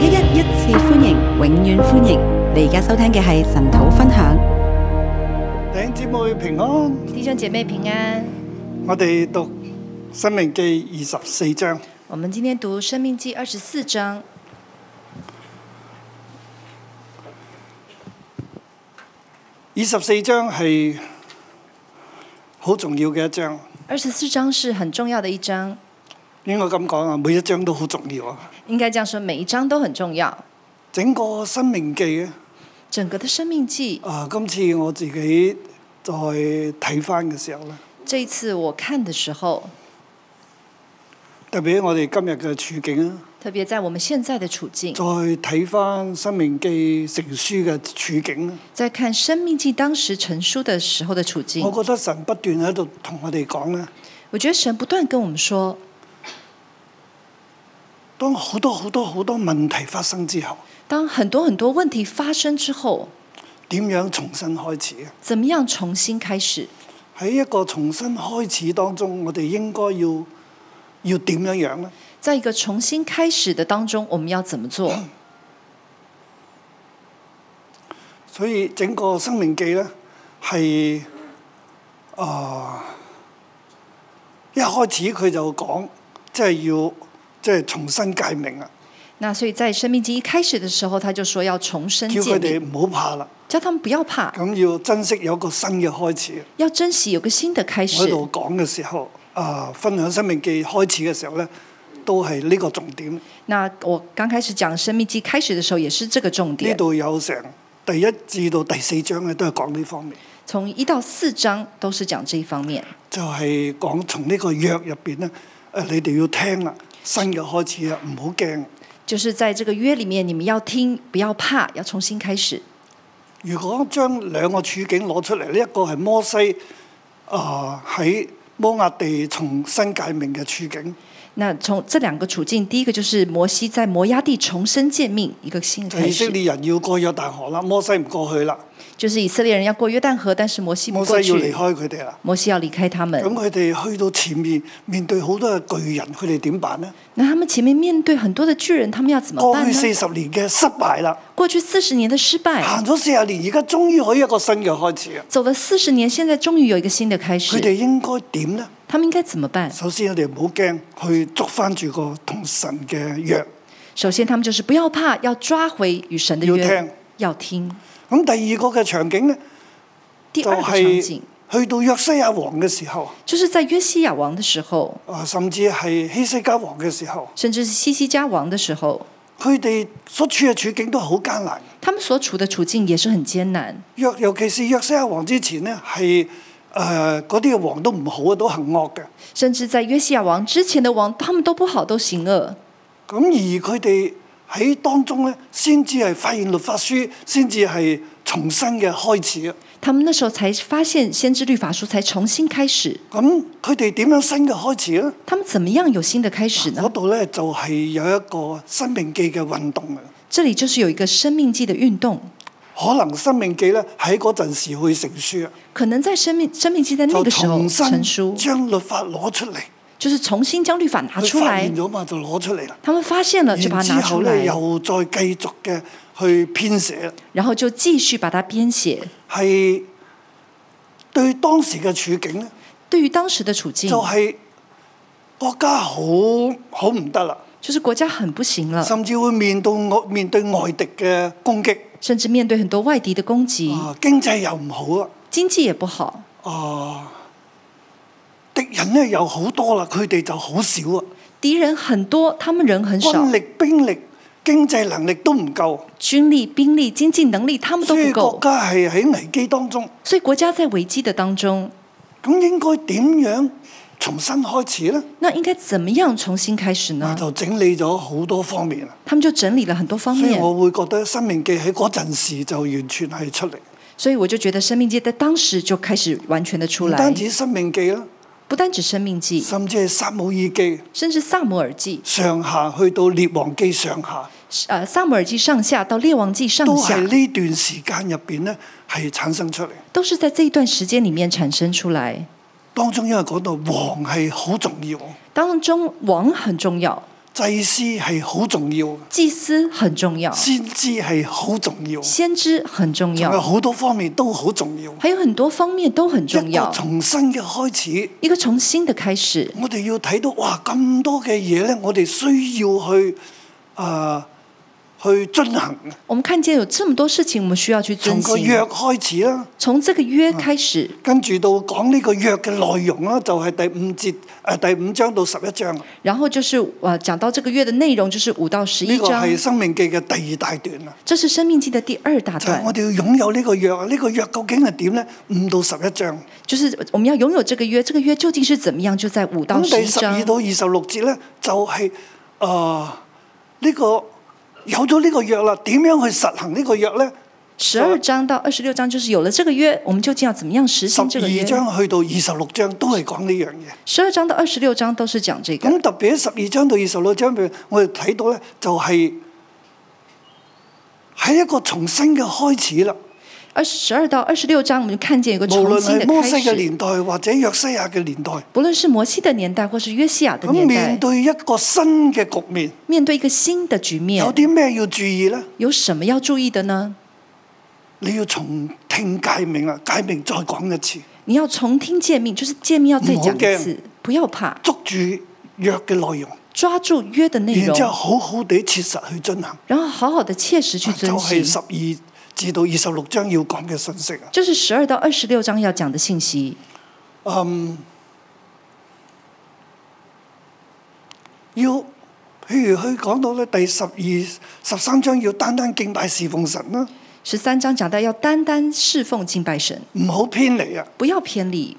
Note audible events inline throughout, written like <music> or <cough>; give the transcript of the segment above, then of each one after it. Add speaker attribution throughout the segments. Speaker 1: 一一一次歡迎，永遠歡迎！你而家收聽嘅係神土分享。
Speaker 2: 弟兄姊妹平安，
Speaker 3: 弟兄姐妹平安，
Speaker 2: 我哋讀《申命記》二十四章，
Speaker 3: 我们今天读《生命记》二十四章，
Speaker 2: 二十四章係好重要嘅一章。
Speaker 3: 二十四章是很重要的一章，
Speaker 2: 應該咁講啊，每一章都好重要啊。
Speaker 3: 应该这样说，每一章都很重要。
Speaker 2: 整個《申命記》咧，
Speaker 3: 整个的《生命记》，
Speaker 2: 啊，今次我自己再睇翻嘅時候咧，
Speaker 3: 这一次我看的时候，
Speaker 2: 特別喺我哋今日嘅處境啊，
Speaker 3: 特别在我们现在的处境，
Speaker 2: 再睇翻《申命記》成書嘅處境啊咧，
Speaker 3: 在看《生命记》当时成书的时候的处境，
Speaker 2: 我覺得神不斷喺度同我哋講啊咧，
Speaker 3: 我觉得神不断跟我们说，
Speaker 2: 當好多好多好多問題發生之後，
Speaker 3: 当很多很多问题发生之后，
Speaker 2: 點樣重新開始啊？
Speaker 3: 怎么样重新开始？
Speaker 2: 喺一個重新開始當中，我哋應該要要點樣樣呢？
Speaker 3: 在一个重新开始的当中，我们要怎么做？
Speaker 2: 所以整個《生命記》呢，係啊、一開始佢就講，即係要即係重新界命啊，
Speaker 3: 那所以在《生命记》一开始的时候，他就说要重生
Speaker 2: 叫
Speaker 3: 建
Speaker 2: 佢
Speaker 3: 立
Speaker 2: 哋，唔好怕啦，
Speaker 3: 叫他们不要怕，
Speaker 2: 咁要珍惜有個新嘅開始。
Speaker 3: 要珍惜有个新的开
Speaker 2: 我喺
Speaker 3: 始。
Speaker 2: 度講嘅時候，啊、分享《生命記》開始嘅時候呢，都係呢個重點。
Speaker 3: 那我刚开始讲《生命记》开始的时候，也是这个重
Speaker 2: 呢
Speaker 3: 点。
Speaker 2: 度有成第一至到第四章咧，都係講呢方面。
Speaker 3: 从一到四章都是讲这一方面，
Speaker 2: 就係講從呢個約入邊咧，誒你哋要聽啦，新嘅開始啦，唔好驚。
Speaker 3: 就是在这个约里面，你们要听，不要怕，要重新开始。
Speaker 2: 如果將兩個處境攞出嚟，呢一個係摩西啊喺、摩押地從新界命嘅處境，
Speaker 3: 那从这两个处境，第一个就是摩西在摩押地重生见命，一个新的
Speaker 2: 就係
Speaker 3: 开
Speaker 2: 哎以色
Speaker 3: 始，
Speaker 2: 列人要過約旦河啦，摩西唔過去啦，
Speaker 3: 就是以色列人要过约旦河，但是摩西
Speaker 2: 摩
Speaker 3: 不
Speaker 2: 西
Speaker 3: 过
Speaker 2: 要嗯離
Speaker 3: 去，
Speaker 2: 開佢哋啦。
Speaker 3: 摩西要离开他
Speaker 2: 咁
Speaker 3: 们。
Speaker 2: 佢哋去到前面面對好多嘅巨人，佢哋點辦呢？
Speaker 3: 那他们前面面对很多的巨人，他们要怎么
Speaker 2: 過
Speaker 3: 办
Speaker 2: 去
Speaker 3: 呢？
Speaker 2: 四十年嘅失敗啦，
Speaker 3: 过去四十年的失败，
Speaker 2: 行咗四十年，而家終於可以一個新嘅開始啊！
Speaker 3: 走了四十年，現在終於有一個新的開
Speaker 2: 佢哋
Speaker 3: 始。
Speaker 2: 應該點呢？
Speaker 3: 他們應該怎麼辦？
Speaker 2: 首先，我哋唔好驚，去捉翻住個同神嘅約。
Speaker 3: 首先，他們就是不要怕，要抓回與神的約，
Speaker 2: 要聽
Speaker 3: 要聽。
Speaker 2: 咁第二個嘅場景呢，
Speaker 3: 第
Speaker 2: 就
Speaker 3: 二個場
Speaker 2: 係、
Speaker 3: 景
Speaker 2: 去到約西亞王嘅時候，
Speaker 3: 就是在約西亞王的時候，
Speaker 2: 啊，甚至係希西家王嘅時候，啊
Speaker 3: 甚至是西西家王的時候，
Speaker 2: 佢哋所處嘅處境都係好艱難。
Speaker 3: 他們所處的處境也是很艱難。
Speaker 2: 約尤其是約西亞王之前呢，係誒嗰啲嘅王都唔好啊，都行惡嘅。
Speaker 3: 甚至在約西亞王之前的王，他們都不好，都行惡。
Speaker 2: 咁而佢哋喺當中呢，先至係發現律法書，先至係重新嘅開始啊。
Speaker 3: 他們那時候才發現先知律法書才重新開始。
Speaker 2: 咁佢哋點樣新嘅開始呢？
Speaker 3: 他們怎麼樣有新的開始呢
Speaker 2: 嗰？度咧就係有一個生命記嘅運動啊，
Speaker 3: 這裡就是有一個生命記的運動，
Speaker 2: 可能生命記咧喺嗰陣時會成書啊，
Speaker 3: 可能在生命生命記在那
Speaker 2: 就
Speaker 3: 個時候
Speaker 2: 重新
Speaker 3: 成書。
Speaker 2: 將律法攞出嚟，
Speaker 3: 就是重新将律法拿
Speaker 2: 佢
Speaker 3: 出
Speaker 2: 發
Speaker 3: 來
Speaker 2: 現，咗嘛就攞出嚟啦。
Speaker 3: 他们发现了就把
Speaker 2: 然之
Speaker 3: 它拿
Speaker 2: 後
Speaker 3: 出
Speaker 2: 咧
Speaker 3: 来，
Speaker 2: 又再繼續嘅去編寫，
Speaker 3: 然後就繼續把它編寫。
Speaker 2: 係對當時嘅處境咧，
Speaker 3: 對於當時的處境，
Speaker 2: 就係國家好好唔得啦，
Speaker 3: 就是國家很不行了，
Speaker 2: 甚至會面到外面對外敵嘅攻擊，
Speaker 3: 甚至面對很多外敵的攻擊，
Speaker 2: 啊經濟又唔好啊。
Speaker 3: 經濟也不好，
Speaker 2: 啊，敵人咧又好多啦，佢哋就好少啊，
Speaker 3: 敵人很多，他們人很少
Speaker 2: 軍，力、兵力、經濟能力都唔夠，
Speaker 3: 軍力、兵力、經濟能力他們都
Speaker 2: 所
Speaker 3: 不
Speaker 2: 以國
Speaker 3: 夠，
Speaker 2: 家係喺危機當中。
Speaker 3: 所以國家在危機的當中，
Speaker 2: 咁應該點樣重新開始呢？
Speaker 3: 那應該怎麼樣重新開始呢？
Speaker 2: 啊就整理咗好多方面啦，
Speaker 3: 他們就整理了很多方
Speaker 2: 所以
Speaker 3: 面，
Speaker 2: 我會覺得《生命記》喺嗰陣時就完全係出嚟，
Speaker 3: 所以我就覺得《生命記》在當時就開始完全的出
Speaker 2: 唔
Speaker 3: 來
Speaker 2: 單，止《生命記》啦，
Speaker 3: 不單止《生命記》，
Speaker 2: 甚至係《撒姆耳記》
Speaker 3: 甚至《撒母耳記》。
Speaker 2: 上下去到《列王記》上下，
Speaker 3: 呃，撒母耳记上下到列王记上
Speaker 2: 都
Speaker 3: 下
Speaker 2: 係，呢段時間入邊呢係產生出嚟。
Speaker 3: 都是在这一段时间里面产生出来。
Speaker 2: 當中因為講到王係好重要，
Speaker 3: 当中王很重要，
Speaker 2: 祭司係好重要嘅，
Speaker 3: 祭司很重要，
Speaker 2: 先知係好重要，
Speaker 3: 先知很重
Speaker 2: 仲有
Speaker 3: 要，
Speaker 2: 好多方面都好重要。
Speaker 3: 还有很多方面都很重
Speaker 2: 一個
Speaker 3: 要。
Speaker 2: 重新嘅開始，
Speaker 3: 一个从新的开始，
Speaker 2: 我哋要睇到哇咁多嘅嘢咧，我哋需要去啊、去遵行。
Speaker 3: 我们看見有这么多事情，我们需要去遵
Speaker 2: 從個
Speaker 3: 行。
Speaker 2: 約開始啦，
Speaker 3: 從這個約开始，
Speaker 2: 跟住到講呢個約嘅內容啦，就係、第五節誒、呃第五章到十一章。呢
Speaker 3: 然后就是呃講到這個約的內容，就是五到十一
Speaker 2: 個
Speaker 3: 章
Speaker 2: 係。生命記嘅第二大段啊啦。
Speaker 3: 这是生命記的第二大
Speaker 2: 就係我
Speaker 3: 段，
Speaker 2: 哋要擁有呢個約啊！呢、個約究竟係點呢？五到十一章，
Speaker 3: 就是我们要擁有這個約，這個約究竟是怎麼樣，就在五到
Speaker 2: 咁
Speaker 3: 十
Speaker 2: 第
Speaker 3: 一
Speaker 2: 十二
Speaker 3: 章。
Speaker 2: 到二十六節呢，就係呃呢個有咗呢個約啦，點樣去實行呢個約呢？
Speaker 3: 十二章到二十六章就是有了這個約，我們究竟要怎麼樣實
Speaker 2: 十
Speaker 3: 行這個
Speaker 2: 二
Speaker 3: 約？
Speaker 2: 章去到二十六章都係講呢樣嘢。
Speaker 3: 十二章到二十六章都是講這個。
Speaker 2: 咁特別喺十二章到二十六章入邊，我哋睇到呢，就係喺一個重新嘅開始啦。
Speaker 3: 二十二到二十六章，我們就看見有個
Speaker 2: 無論
Speaker 3: 重新的
Speaker 2: 係摩西
Speaker 3: 開
Speaker 2: 嘅
Speaker 3: 始。
Speaker 2: 年代或者約西亞嘅年代，
Speaker 3: 不論是摩西的年代，或是約西亞的
Speaker 2: 咁
Speaker 3: 年
Speaker 2: 面
Speaker 3: 代，
Speaker 2: 對一個新嘅局面，
Speaker 3: 面對一個新的局面
Speaker 2: 有，啲咩要注意呢？
Speaker 3: 有什麼要注意的呢？
Speaker 2: 你要重聽戒命啊！戒命再講一次，
Speaker 3: 你要重聽诫命，就是诫命要再講一次，不要怕，
Speaker 2: 捉住約嘅內容，
Speaker 3: 抓住約的內
Speaker 2: 然
Speaker 3: 容
Speaker 2: 之，後好好地切實去進行，
Speaker 3: 然後好好的切實去
Speaker 2: 啊就
Speaker 3: 遵
Speaker 2: 係
Speaker 3: 行
Speaker 2: 十。二至到二十六章要講嘅信息啊！
Speaker 3: 就是十二到二十六章要講的信息，
Speaker 2: 要譬如佢講到咧第十二、十三章要單單敬拜侍奉神啦，
Speaker 3: 十三章講到要單單侍奉敬拜神，
Speaker 2: 唔好偏離啊！
Speaker 3: 不要偏離，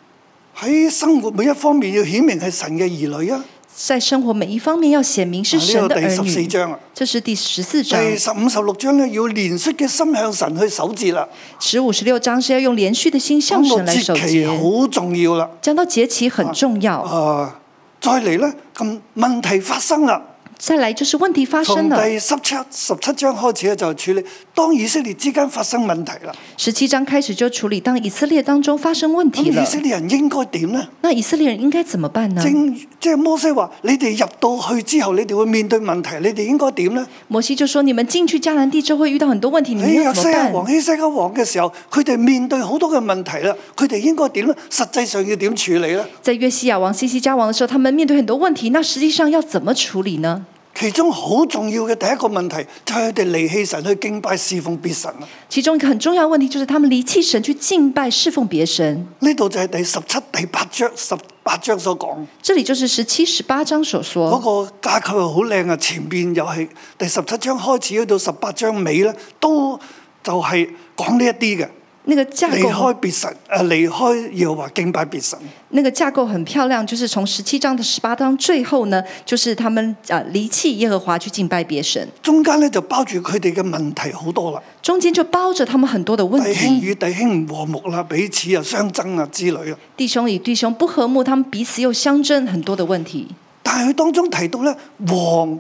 Speaker 2: 喺生活每一方面要顯明係神嘅兒女啊！
Speaker 3: 在生活每一方面要顯明是
Speaker 2: 嗱
Speaker 3: 神
Speaker 2: 呢個
Speaker 3: 的
Speaker 2: 第
Speaker 3: 兒
Speaker 2: 十四
Speaker 3: 女。
Speaker 2: 章啊，
Speaker 3: 這是啊第十四章，
Speaker 2: 第十五、十六章咧要連率嘅心向神去守節啦，
Speaker 3: 十五、十六章是要用連續的心向
Speaker 2: 講
Speaker 3: 神
Speaker 2: 到
Speaker 3: 來守
Speaker 2: 節期
Speaker 3: 節。
Speaker 2: 好重要啦。
Speaker 3: 講到節期很重要，
Speaker 2: 啊，再嚟咧，咁問題發生啦。
Speaker 3: 再來就是問題發生
Speaker 2: 從
Speaker 3: 了。
Speaker 2: 第十七十七章開始咧，就處理當以色列之間發生問題啦。
Speaker 3: 十七章開始就處理當以色列當中發生問
Speaker 2: 咁
Speaker 3: 題了
Speaker 2: 以。色列人應該點呢？
Speaker 3: 那以色列人應該怎麼辦呢？
Speaker 2: 正即係摩西話：你哋入到去之後，你哋會面對問題，你哋應該點呢？
Speaker 3: 摩西就說：你們進去迦南地之後會遇到很多問題，你們
Speaker 2: 喺
Speaker 3: 要
Speaker 2: 約
Speaker 3: 怎
Speaker 2: 西
Speaker 3: 麼
Speaker 2: 亞
Speaker 3: 辦？
Speaker 2: 王、希西家王嘅時候，佢哋面對好多嘅問題啦，佢哋應該點呢？實際上要點處理呢？
Speaker 3: 在約西亞王、西西家王的時候，他們面對很多問題，那實際上要怎麼處理呢？
Speaker 2: 其中好重要嘅第一個問題就係佢哋離棄神去敬拜侍奉別神啊啦。
Speaker 3: 其中一個很重要的問題就是他們離棄神去敬拜侍奉別神。
Speaker 2: 呢度就係第十七、第八章、十八章所講。
Speaker 3: 這裡就是十七、十八章所
Speaker 2: 嗰
Speaker 3: 說，
Speaker 2: 個架構又好靚啊！前邊又係第十七章開始到十八章尾咧，都就係講呢一啲嘅，
Speaker 3: 那個架
Speaker 2: 離
Speaker 3: 構，
Speaker 2: 開別神，誒離開耶和華敬拜別神。
Speaker 3: 那個架構很漂亮，就是從十七章到十八章最後呢，就是他們啊離棄耶和華去敬拜別神，
Speaker 2: 中間咧就包住佢哋嘅問題好多啦，
Speaker 3: 中間就包着他們很多的問
Speaker 2: 弟
Speaker 3: 題
Speaker 2: 兄。與弟兄唔和睦啦，彼此又相爭啊之類啊。
Speaker 3: 弟兄與弟兄不和睦，他們彼此又相爭，很多的問題。
Speaker 2: 但係佢當中提到咧，王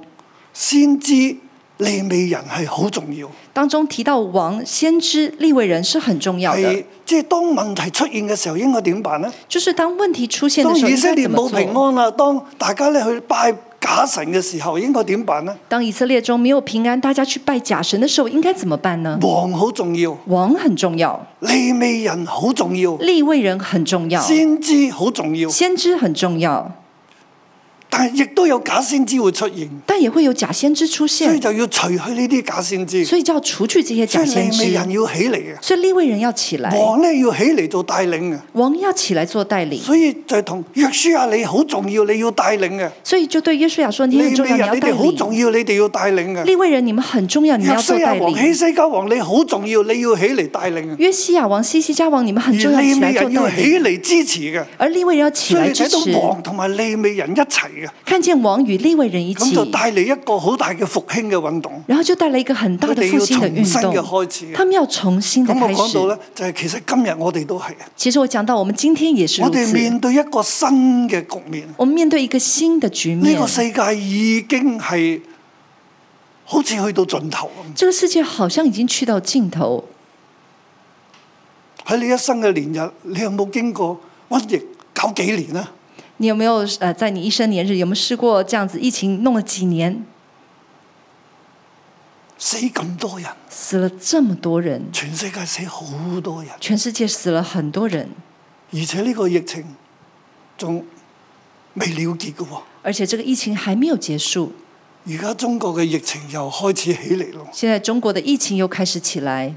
Speaker 2: 先知利未人係好重要，
Speaker 3: 當中提到王、先知、立位人是很重要的
Speaker 2: 係，即係當問題出現嘅時候應該點辦咧？
Speaker 3: 就是當問題出現
Speaker 2: 當
Speaker 3: 的時候
Speaker 2: 以
Speaker 3: 應
Speaker 2: 色
Speaker 3: 該
Speaker 2: 列
Speaker 3: 怎麼
Speaker 2: 冇平
Speaker 3: 做？
Speaker 2: 安啦，當大家咧去拜假神嘅時候，應該點辦呢？
Speaker 3: 當以色列中沒有平安，大家去拜假神的時候，應該怎麼辦呢？
Speaker 2: 王好重要，
Speaker 3: 王很重要，
Speaker 2: 利未人好重要，
Speaker 3: 立位人很重要，
Speaker 2: 先知好重要，
Speaker 3: 先知很重要，
Speaker 2: 但係亦都有假先知會出現，
Speaker 3: 但也會有假先知出
Speaker 2: 所以
Speaker 3: 現，
Speaker 2: 就要除去呢啲假先知，所
Speaker 3: 所以就要除去這些假
Speaker 2: 以
Speaker 3: 先
Speaker 2: 利
Speaker 3: 知
Speaker 2: 未。人要起嚟
Speaker 3: 所以立位人要起來
Speaker 2: 嘅，，王咧要起嚟做帶領嘅，
Speaker 3: 王要起來做帶領。
Speaker 2: 所以就同約書亞你好重要，你要帶領嘅，
Speaker 3: 所以就對耶穌亞說：“你
Speaker 2: 利
Speaker 3: 很重
Speaker 2: 未
Speaker 3: 要，你
Speaker 2: 人
Speaker 3: 要
Speaker 2: 你
Speaker 3: 帶
Speaker 2: 哋好重
Speaker 3: 領。
Speaker 2: 要，你哋要啊帶領嘅，
Speaker 3: 立位人，你們很重要，你們
Speaker 2: 約
Speaker 3: 要
Speaker 2: 西
Speaker 3: 做帶
Speaker 2: 亞王、
Speaker 3: 領
Speaker 2: 希。西家王你好重要，你要起嚟啊帶領嘅。
Speaker 3: 約西亞王、西西家王，你們很重
Speaker 2: 而
Speaker 3: 要，
Speaker 2: 利
Speaker 3: 起
Speaker 2: 未
Speaker 3: 來做
Speaker 2: 人
Speaker 3: 帶
Speaker 2: 要
Speaker 3: 領。
Speaker 2: 起嚟支持嘅，
Speaker 3: 而利未人要起
Speaker 2: 所以
Speaker 3: 來
Speaker 2: 你
Speaker 3: 支
Speaker 2: 睇到
Speaker 3: 持，
Speaker 2: 王同埋利未人一齊嘅，
Speaker 3: 看見王與利未人一
Speaker 2: 咁
Speaker 3: 起
Speaker 2: 就，帶嚟一個好大嘅復興嘅運動。
Speaker 3: 然後就帶來一個很大
Speaker 2: 佢
Speaker 3: 的
Speaker 2: 哋
Speaker 3: 復
Speaker 2: 要
Speaker 3: 興的
Speaker 2: 重新嘅
Speaker 3: 運動。
Speaker 2: 開始嘅。
Speaker 3: 他們要重新的
Speaker 2: 咁我
Speaker 3: 開
Speaker 2: 講到
Speaker 3: 始。
Speaker 2: 咧，就係其實今日我哋都係，
Speaker 3: 其實我講到，我們今天也是
Speaker 2: 我
Speaker 3: 如
Speaker 2: 哋
Speaker 3: 此。
Speaker 2: 面對一個新嘅局面。
Speaker 3: 我們面對一個新的局
Speaker 2: 呢
Speaker 3: 面
Speaker 2: 個，世界已經係好似去到盡頭咁。
Speaker 3: 這個世界好像已經去到盡頭。
Speaker 2: 喺你一生嘅年日，你有冇經過瘟疫搞幾年啊？
Speaker 3: 你有没有呃，在你一生年日有没有试过这样子？疫情弄了几年，
Speaker 2: 死咁多人，
Speaker 3: 死了这么多人，
Speaker 2: 全世界死好多人，
Speaker 3: 全世界死了很多人，
Speaker 2: 而且呢個疫情仲未了結嘅喎。
Speaker 3: 而且这个疫情还没有结束。
Speaker 2: 而家中國嘅疫情又開始起嚟咯，
Speaker 3: 现在中国的疫情又开始起来，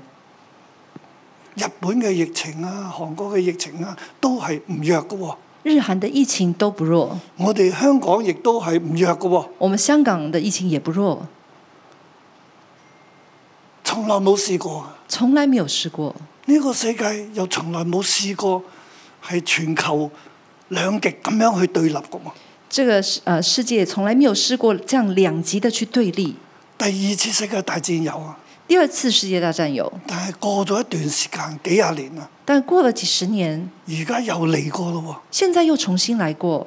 Speaker 2: 日本嘅疫情啊、韓國嘅疫情啊，都係唔弱嘅喎。
Speaker 3: 日韩的疫情都不弱，
Speaker 2: 我哋香港亦都係唔弱嘅喎，
Speaker 3: 我们香港的疫情也不弱，
Speaker 2: 從來冇試過嘅。
Speaker 3: 从来没有试过。
Speaker 2: 呢、個世界又從來冇試過係全球兩極咁樣去對立嘅喎。
Speaker 3: 这个世呃世界从来没有试过这样两极的去对立。
Speaker 2: 第二次世界大戰有啊，
Speaker 3: 第二次世界大战有，
Speaker 2: 但係過咗一段時間幾廿年啦，
Speaker 3: 但过了几十年，
Speaker 2: 而家又嚟過咯
Speaker 3: 现在又重新来过，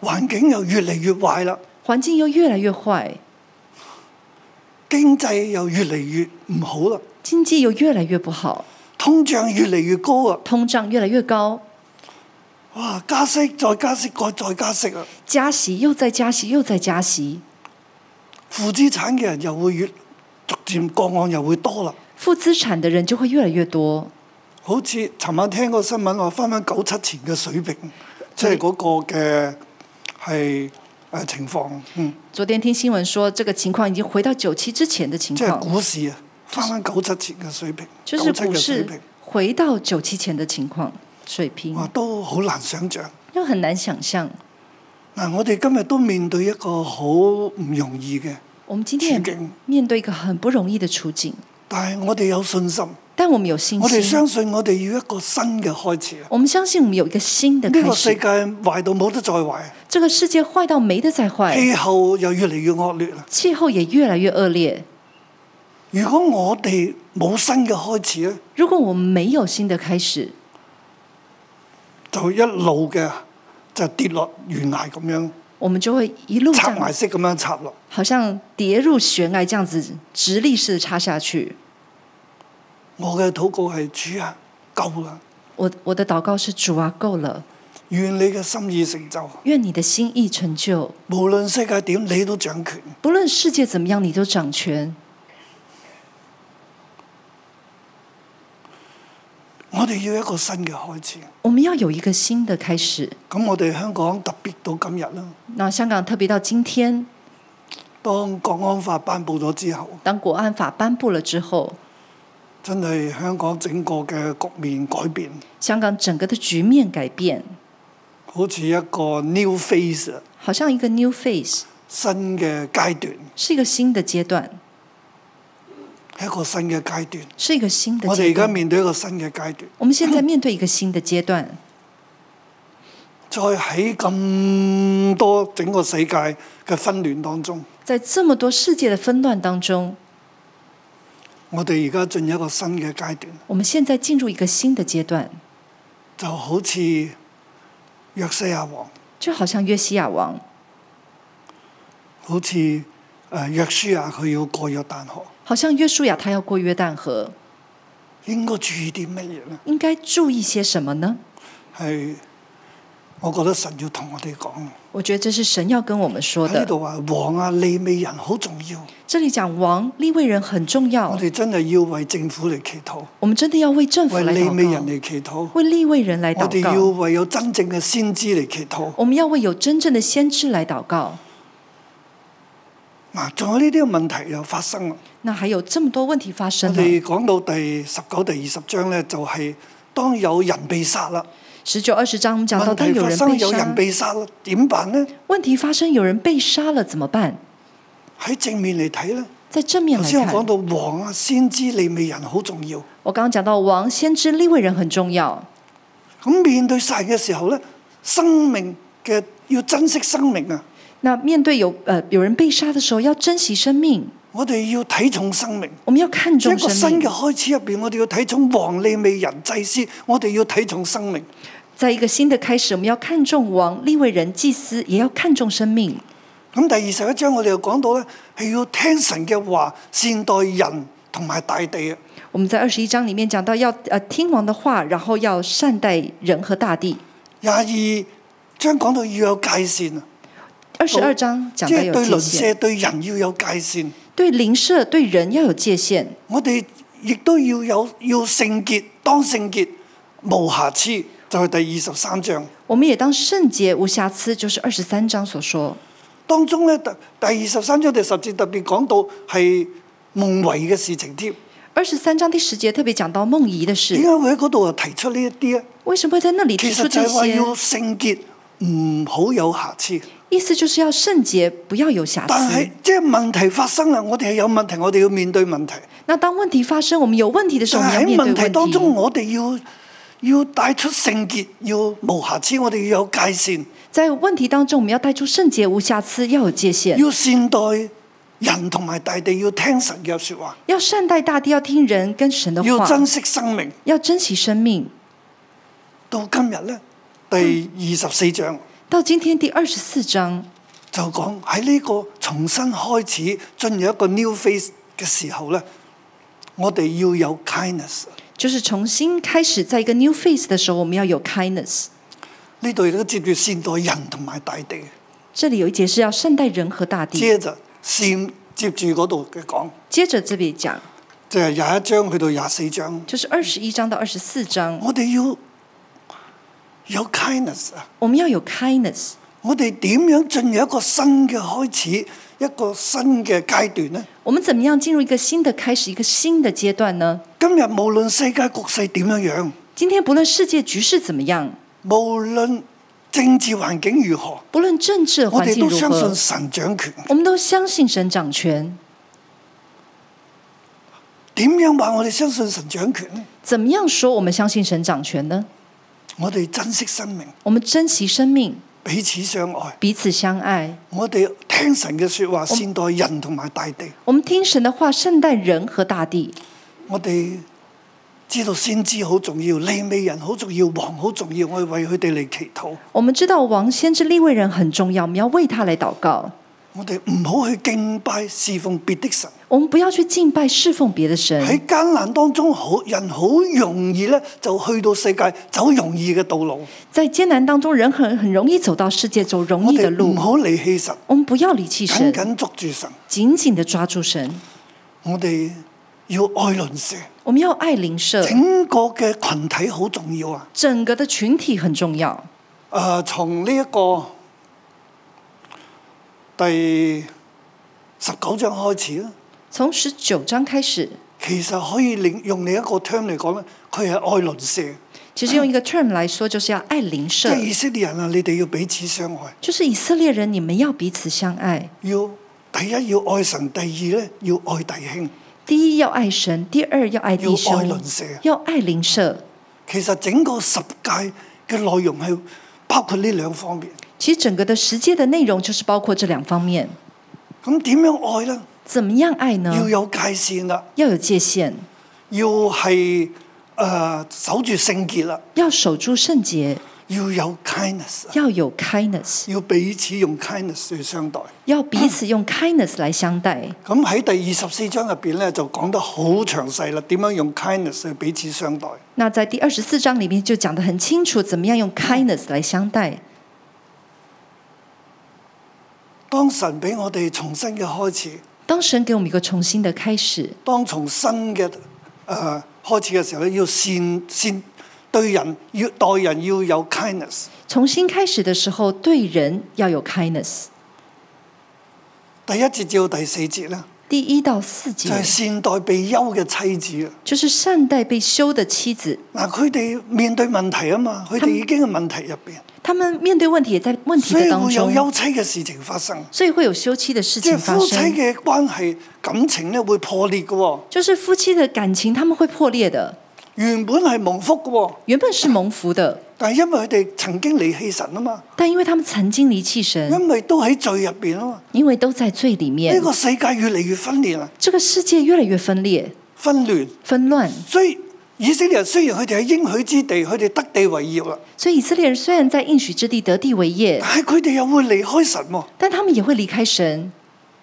Speaker 2: 喎，環境又越嚟越壞啦，
Speaker 3: 环境又越来越坏，
Speaker 2: 經濟又越嚟越唔好啦，
Speaker 3: 经济又越来越不好，
Speaker 2: 通脹越嚟越高啊！
Speaker 3: 通胀越来越高，
Speaker 2: 哇！加息再加息再再加息啊！
Speaker 3: 加息又再加息又再加息，
Speaker 2: 負資產嘅人又會越逐漸個案又會多啦。
Speaker 3: 负资产的人就会越来越多。
Speaker 2: 好似尋晚聽個新聞話，翻返九七前嘅水平，即
Speaker 3: 嗯
Speaker 2: 係嗰個嘅係誒情況，嗯，
Speaker 3: 昨天听新闻说，这个情况已经回到九七之前嗯的情
Speaker 2: 即係
Speaker 3: 况，
Speaker 2: 股市啊，翻返九七前嘅水平，
Speaker 3: 就
Speaker 2: 九
Speaker 3: 是
Speaker 2: 七
Speaker 3: 股
Speaker 2: 嘅水
Speaker 3: 市
Speaker 2: 平，
Speaker 3: 回到九七前的情况水平，
Speaker 2: 哇，都好難想像。
Speaker 3: 又很难想象。
Speaker 2: 嗱，我哋今日都面對一個好唔容易嘅，
Speaker 3: 我们今天
Speaker 2: 处
Speaker 3: 也
Speaker 2: 境
Speaker 3: 面对一个很不容易的处境，
Speaker 2: 但係我哋有信心，
Speaker 3: 但我们有信
Speaker 2: 我哋
Speaker 3: 心，
Speaker 2: 相信我哋要一個新嘅開始啊！
Speaker 3: 我们相信我们有一个新的
Speaker 2: 呢
Speaker 3: 开
Speaker 2: 個世
Speaker 3: 始。
Speaker 2: 界壞到冇得再壞。
Speaker 3: 这个世界坏到没得再坏，
Speaker 2: 氣候又越嚟越惡劣啦。
Speaker 3: 气候也越来越恶劣。
Speaker 2: 如果我哋冇新嘅開始啊咧，
Speaker 3: 如果我们没有新的开始，
Speaker 2: 就一路嘅就跌落懸崖咁樣，
Speaker 3: 我们就会一路这
Speaker 2: 插埋
Speaker 3: 样，
Speaker 2: 式咁樣插落。
Speaker 3: 好像跌入悬崖这样子，直立式地插下去。
Speaker 2: 我嘅禱告係主啊，夠啦！
Speaker 3: 我我的祷告是：主啊，够了，
Speaker 2: 願你嘅心意成就，
Speaker 3: 愿你的心意成就。
Speaker 2: 無論世界點，你都掌權。
Speaker 3: 不论世界怎么样，你都掌权。
Speaker 2: 我哋要一個新嘅開始。
Speaker 3: 我们要有一个新的开始。
Speaker 2: 咁我哋香港特別到今日啦，
Speaker 3: 那香港特别到今天，
Speaker 2: 當國安法頒布咗之後，
Speaker 3: 当国安法颁布了之后，
Speaker 2: 真係香港整個嘅局面改變，
Speaker 3: 香港整个的局面改变，
Speaker 2: 好似一個 new phase 啊
Speaker 3: 好像一个 new phase，
Speaker 2: 新嘅階段。
Speaker 3: 是一个新的阶段，
Speaker 2: 一個新嘅階段。
Speaker 3: 是一个新的
Speaker 2: 我哋
Speaker 3: 阶
Speaker 2: 而家
Speaker 3: 段。
Speaker 2: 面對一個新嘅階段，
Speaker 3: 我们现在面对一个新的阶段，
Speaker 2: 再喺咁多整個世界嘅紛亂當中，
Speaker 3: 在这么多世界的纷乱当中，
Speaker 2: 我哋而家進入一個新嘅階段，
Speaker 3: 我们现在进入一个新的阶段，
Speaker 2: 就好似約西亞王，
Speaker 3: 就好像约西亚王，
Speaker 2: 好似誒、呃、約書亞佢要過約旦河，
Speaker 3: 好像约书亚他要过约旦河，
Speaker 2: 應該注意啲乜嘢呢？
Speaker 3: 应该注意些什么呢？
Speaker 2: 係我覺得神要同我哋講
Speaker 3: 我觉得这是神要跟我哦们说
Speaker 2: 喺呢
Speaker 3: 的。
Speaker 2: 度話王啊、利未人好重要，
Speaker 3: 这里讲王立位人很重
Speaker 2: 我
Speaker 3: 要，
Speaker 2: 哋真係要為政府嚟祈禱，
Speaker 3: 我们真的要为政府
Speaker 2: 為
Speaker 3: 来
Speaker 2: 利
Speaker 3: 祷
Speaker 2: 未人
Speaker 3: 告，
Speaker 2: 嚟祈禱。
Speaker 3: 为立位人来
Speaker 2: 我哋要
Speaker 3: 祷告。
Speaker 2: 為有真正嘅先知嚟祈禱。
Speaker 3: 我们要为有真正的先知来祷告。
Speaker 2: 嗱，仲有呢啲嘅問題又發生啦。
Speaker 3: 那还有这么多问题发
Speaker 2: 我
Speaker 3: 生啊
Speaker 2: 哋
Speaker 3: 了。
Speaker 2: 講到第十九、第二十章咧，就係、當有人被殺啦，
Speaker 3: 十九、二十章，我们讲
Speaker 2: 問
Speaker 3: 到当
Speaker 2: 題
Speaker 3: 有
Speaker 2: 發
Speaker 3: 人
Speaker 2: 生
Speaker 3: 被
Speaker 2: 有
Speaker 3: 杀
Speaker 2: 人，被殺啦，點辦呢？
Speaker 3: 问题发生，有人被杀了怎么办？
Speaker 2: 喺正面嚟睇咧，
Speaker 3: 在正面
Speaker 2: 頭
Speaker 3: 来
Speaker 2: 先我講
Speaker 3: 看，
Speaker 2: 到王啊、先知、利未人好重要。
Speaker 3: 我刚刚讲到王、先知、立位人很重要。
Speaker 2: 咁面對殺人嘅時候咧，生命嘅要珍惜生命啊！
Speaker 3: 那面对有呃有人被杀的时候，要珍惜生命，
Speaker 2: 我哋要睇重生命。
Speaker 3: 我们要看
Speaker 2: 一
Speaker 3: 重
Speaker 2: 個新
Speaker 3: 生
Speaker 2: 嘅
Speaker 3: 命。
Speaker 2: 開始入邊，我哋要睇重王、利未人、祭司，我哋要睇重生命。
Speaker 3: 在一个新的开始，我们要看重王、立位人、祭司，也要看重生命。
Speaker 2: 咁第二十一章我哋又講到咧，係要聽神嘅話，善待人同埋大地啊！
Speaker 3: 我们在二十一章里面讲到要呃听王的话，然后要善待人和大地。
Speaker 2: 廿二章講到要有界線啊，
Speaker 3: 二十二章讲
Speaker 2: 即
Speaker 3: 到
Speaker 2: 係對鄰
Speaker 3: 有界限，
Speaker 2: 舍對人要有界線。
Speaker 3: 对邻舍、对人要有界限，
Speaker 2: 我哋亦都要有要聖潔，當聖潔無瑕疵，就係第二十三章。
Speaker 3: 我们也当圣洁无瑕疵，就是二十三章所说。
Speaker 2: 當中咧，第第二十三章第十節特別講到係夢遺嘅事情添。
Speaker 3: 二十三章第十节特别讲到梦遗的
Speaker 2: 點
Speaker 3: 事，
Speaker 2: 解會喺嗰度啊提出呢一啲咧？
Speaker 3: 为什么会在那里提
Speaker 2: 其
Speaker 3: 出
Speaker 2: 實就
Speaker 3: 这
Speaker 2: 係話
Speaker 3: 些
Speaker 2: 要？聖潔，唔好有瑕疵。
Speaker 3: 意思就是要圣洁，不要有瑕
Speaker 2: 但係
Speaker 3: 疵。
Speaker 2: 即係問題發生啦，我哋係有問題，我哋要面對問題。
Speaker 3: 那当問題發生，我們有問題的時候，
Speaker 2: 但係
Speaker 3: 我們
Speaker 2: 喺
Speaker 3: 要面
Speaker 2: 問
Speaker 3: 對
Speaker 2: 題
Speaker 3: 問
Speaker 2: 當中，
Speaker 3: 題。
Speaker 2: 我哋要要帶出聖潔，要無瑕疵，我哋要有界線，
Speaker 3: 在問題當中，我們要帶出聖潔、無瑕疵，要有界限，
Speaker 2: 要善待人同埋大地，要聽神嘅説話，
Speaker 3: 要善待大地，要聽人跟神的
Speaker 2: 要
Speaker 3: 話，
Speaker 2: 珍惜生命。
Speaker 3: 要珍惜生命。
Speaker 2: 到今日咧，第二十四章
Speaker 3: 到今天第二十四章，
Speaker 2: 就講喺呢個重新開始進入一個 new phase 嘅時候咧，我哋要有 kindness。
Speaker 3: 就是重新開始，在一個 new phase 的時候，我們要有 kindness。
Speaker 2: 呢度亦都接住善待人同埋大地，
Speaker 3: 這裡有一節是要善待人和大地。
Speaker 2: 接着善接住嗰度嘅講，
Speaker 3: 接着這裡講，
Speaker 2: 就係廿一章去到廿四章。
Speaker 3: 就是二十一章到二十四章，
Speaker 2: 我哋要有 kindness 啊！
Speaker 3: 我們要有 kindness。
Speaker 2: 我哋點樣進入一個新嘅開始，一個新嘅階段呢？
Speaker 3: 我們怎麼樣進入一個新的開始，一個新的階段呢？
Speaker 2: 今日無論世界局勢點樣樣，
Speaker 3: 今天不論世界局勢怎麼樣，
Speaker 2: 無論政治環境如何，
Speaker 3: 不論政治
Speaker 2: 我
Speaker 3: 環
Speaker 2: 哋
Speaker 3: 境
Speaker 2: 哦都
Speaker 3: 如
Speaker 2: 相
Speaker 3: 何
Speaker 2: 信，神掌權。
Speaker 3: 我們都相信神掌權。
Speaker 2: 點樣話我哋相信神掌權呢？
Speaker 3: 怎麼樣說我們相信神掌權呢？
Speaker 2: 我哋珍惜生命，
Speaker 3: 我們珍惜生命，
Speaker 2: 彼此相愛。
Speaker 3: 彼此相愛。
Speaker 2: 我哋聽神嘅说話，善待人同埋大地。
Speaker 3: 我們聽神的話，善待人和大地。
Speaker 2: 我哋知道先知好重要，利未人好重要，王好重要。我哋為佢哋嚟祈禱。
Speaker 3: 我們知道王先知利未人很重要，我們要為他來禱告。
Speaker 2: 我哋唔好去敬拜侍奉別的神。
Speaker 3: 我們不要去敬拜侍奉別的神。
Speaker 2: 喺艱難當中，好人好容易咧就去到世界走容易嘅道路。
Speaker 3: 在艱難當中，人很很容易走到世界走容
Speaker 2: 我
Speaker 3: 易的
Speaker 2: 哋唔
Speaker 3: 路。
Speaker 2: 好離棄神，
Speaker 3: 我們不要離
Speaker 2: 緊
Speaker 3: 棄神，
Speaker 2: 緊捉住神。
Speaker 3: 緊緊的抓住神。
Speaker 2: 我哋要愛鄰舍，
Speaker 3: 我們要愛鄰舍，
Speaker 2: 整個嘅群體好重要啊！
Speaker 3: 整個的群體很重要。
Speaker 2: 誒、從呢一個第十九章開始啦，
Speaker 3: 從十九章開始，
Speaker 2: 其實可以令用另一個 term 嚟講咧，佢係愛鄰舍，
Speaker 3: 其實用
Speaker 2: 嗯
Speaker 3: 一個 term 來說，就是要愛
Speaker 2: 即
Speaker 3: 鄰舍
Speaker 2: 係，以色列人啊，你哋要彼此相愛。
Speaker 3: 就是以色列人，你們要彼此相愛。
Speaker 2: 要第一要愛神，第二咧要愛弟兄，
Speaker 3: 第一要愛神，第二要愛弟兄
Speaker 2: 要愛鄰舍，
Speaker 3: 要愛鄰舍。
Speaker 2: 其實整個十戒嘅內容係包括呢兩方面。
Speaker 3: 其實整個的十戒的內容就是包括這兩方面。
Speaker 2: 咁點樣愛呢？
Speaker 3: 怎麼樣愛呢？
Speaker 2: 要有界線啦，
Speaker 3: 要有界限，
Speaker 2: 要係呃守住聖潔啦，
Speaker 3: 要守住聖潔，
Speaker 2: 要有 kindness，啊
Speaker 3: 要有 kindness，
Speaker 2: 要彼此用 kindness 去相待。
Speaker 3: 要彼此用 kindness 來相待。
Speaker 2: 咁喺第二十四章入邊咧就講得好詳細啦，點樣用 kindness 去彼此相待。
Speaker 3: 那在第二十四章裡面就講得很清楚，怎麼樣
Speaker 2: 嗯
Speaker 3: 用 kindness 來相待。
Speaker 2: 當神俾我哋重新嘅開始。
Speaker 3: 當神給我們一個重新的開始，
Speaker 2: 當從新嘅誒、呃、開始嘅時候咧，要善善對人要待人要有 kindness，
Speaker 3: 重新開始的時候，對人要有 kindness。
Speaker 2: 第一節至到第四節咧，
Speaker 3: 第一到四
Speaker 2: 就係、
Speaker 3: 節
Speaker 2: 善待被休嘅妻子啊！
Speaker 3: 就是善待被休的妻子，
Speaker 2: 嗱，佢哋面對問題啊嘛，佢哋已經喺問題入邊，
Speaker 3: 他們面對問題也在問題
Speaker 2: 所
Speaker 3: 的
Speaker 2: 以
Speaker 3: 當
Speaker 2: 會有
Speaker 3: 中，
Speaker 2: 休妻嘅事情發生，
Speaker 3: 所以會有休妻的事
Speaker 2: 即係
Speaker 3: 情發
Speaker 2: 夫妻
Speaker 3: 生。
Speaker 2: 嘅關係感情咧會破裂嘅喎、
Speaker 3: 就是夫妻的感情，他們會破裂的。
Speaker 2: 原本係蒙福嘅喎、
Speaker 3: 原本是蒙福的，
Speaker 2: 但係因為佢哋曾經離棄神啊嘛，
Speaker 3: 但因為他們曾經離棄神，
Speaker 2: 因為都喺罪入邊啊嘛，
Speaker 3: 因為都在罪裡
Speaker 2: 呢、
Speaker 3: 面，
Speaker 2: 個世界越嚟越分裂啊，
Speaker 3: 這個世界越來越分裂、
Speaker 2: 紛亂。
Speaker 3: 紛亂。
Speaker 2: 所以以色列人雖然佢哋喺應許之地，佢哋得地為業啦，
Speaker 3: 所以以色列人雖然在應許之地得地為業
Speaker 2: 但，係佢哋又會離開神喎。
Speaker 3: 但他們也會離開神。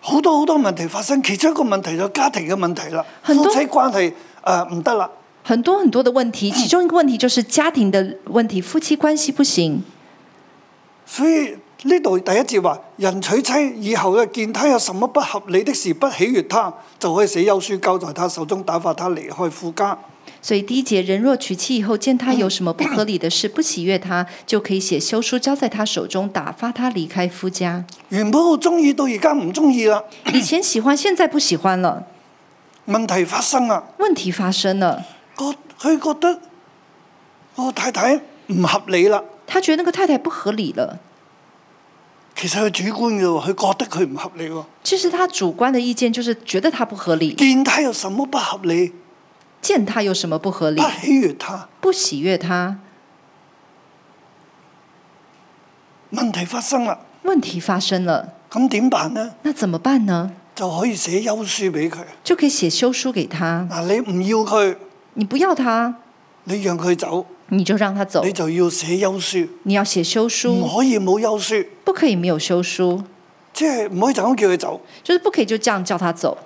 Speaker 2: 好多好多問題發生，其中一個問題就係家庭嘅問題啦，
Speaker 3: 很
Speaker 2: 夫
Speaker 3: 多
Speaker 2: 妻關係、誒、誒唔得啦，
Speaker 3: 很多很多的
Speaker 2: <clears throat>
Speaker 3: 问题，其中一个问题就是家庭的问题，夫妻关系不行。
Speaker 2: 所以呢度第一節話：人娶妻以後咧，見他有什麼不合理的事，不喜悅他，就可以寫休書交在他手中，打發他離開夫家。
Speaker 3: 所以第一节，人若娶妻以后，见他有什么不合理的事，不 <coughs> 喜悦他，就可以写休书交在他手中，打发他离开夫家。
Speaker 2: 原本好中意，到而家唔中意啦，
Speaker 3: 以前喜欢，现在不喜欢了，
Speaker 2: 問題發生啦，
Speaker 3: 问题发生了，
Speaker 2: 個佢覺得我太太唔合理啦。
Speaker 3: 他觉得那个太太不合理了。
Speaker 2: 其實佢主觀嘅喎，佢覺得佢唔合理喎。
Speaker 3: 其实他主观的意见就是觉得他不合理，
Speaker 2: 見他有什麼不合理，
Speaker 3: 见他有什么不合理
Speaker 2: 不，喜悅他，
Speaker 3: 不喜悦他，
Speaker 2: 問題發生啦，
Speaker 3: 问题发生了，
Speaker 2: 咁點辦呢？
Speaker 3: 那怎么办呢？
Speaker 2: 就可以寫休書俾佢。
Speaker 3: 就可以写休书给他，
Speaker 2: 嗱，你唔要佢，
Speaker 3: 你不要他，
Speaker 2: 你讓佢走，
Speaker 3: 你就让他走
Speaker 2: 你，就要寫休書，
Speaker 3: 你要写休
Speaker 2: 唔
Speaker 3: 书，
Speaker 2: 可以冇休書，
Speaker 3: 不可以没有休书，
Speaker 2: 即係唔可以就咁叫佢走。
Speaker 3: 就是不可以就这样叫他走。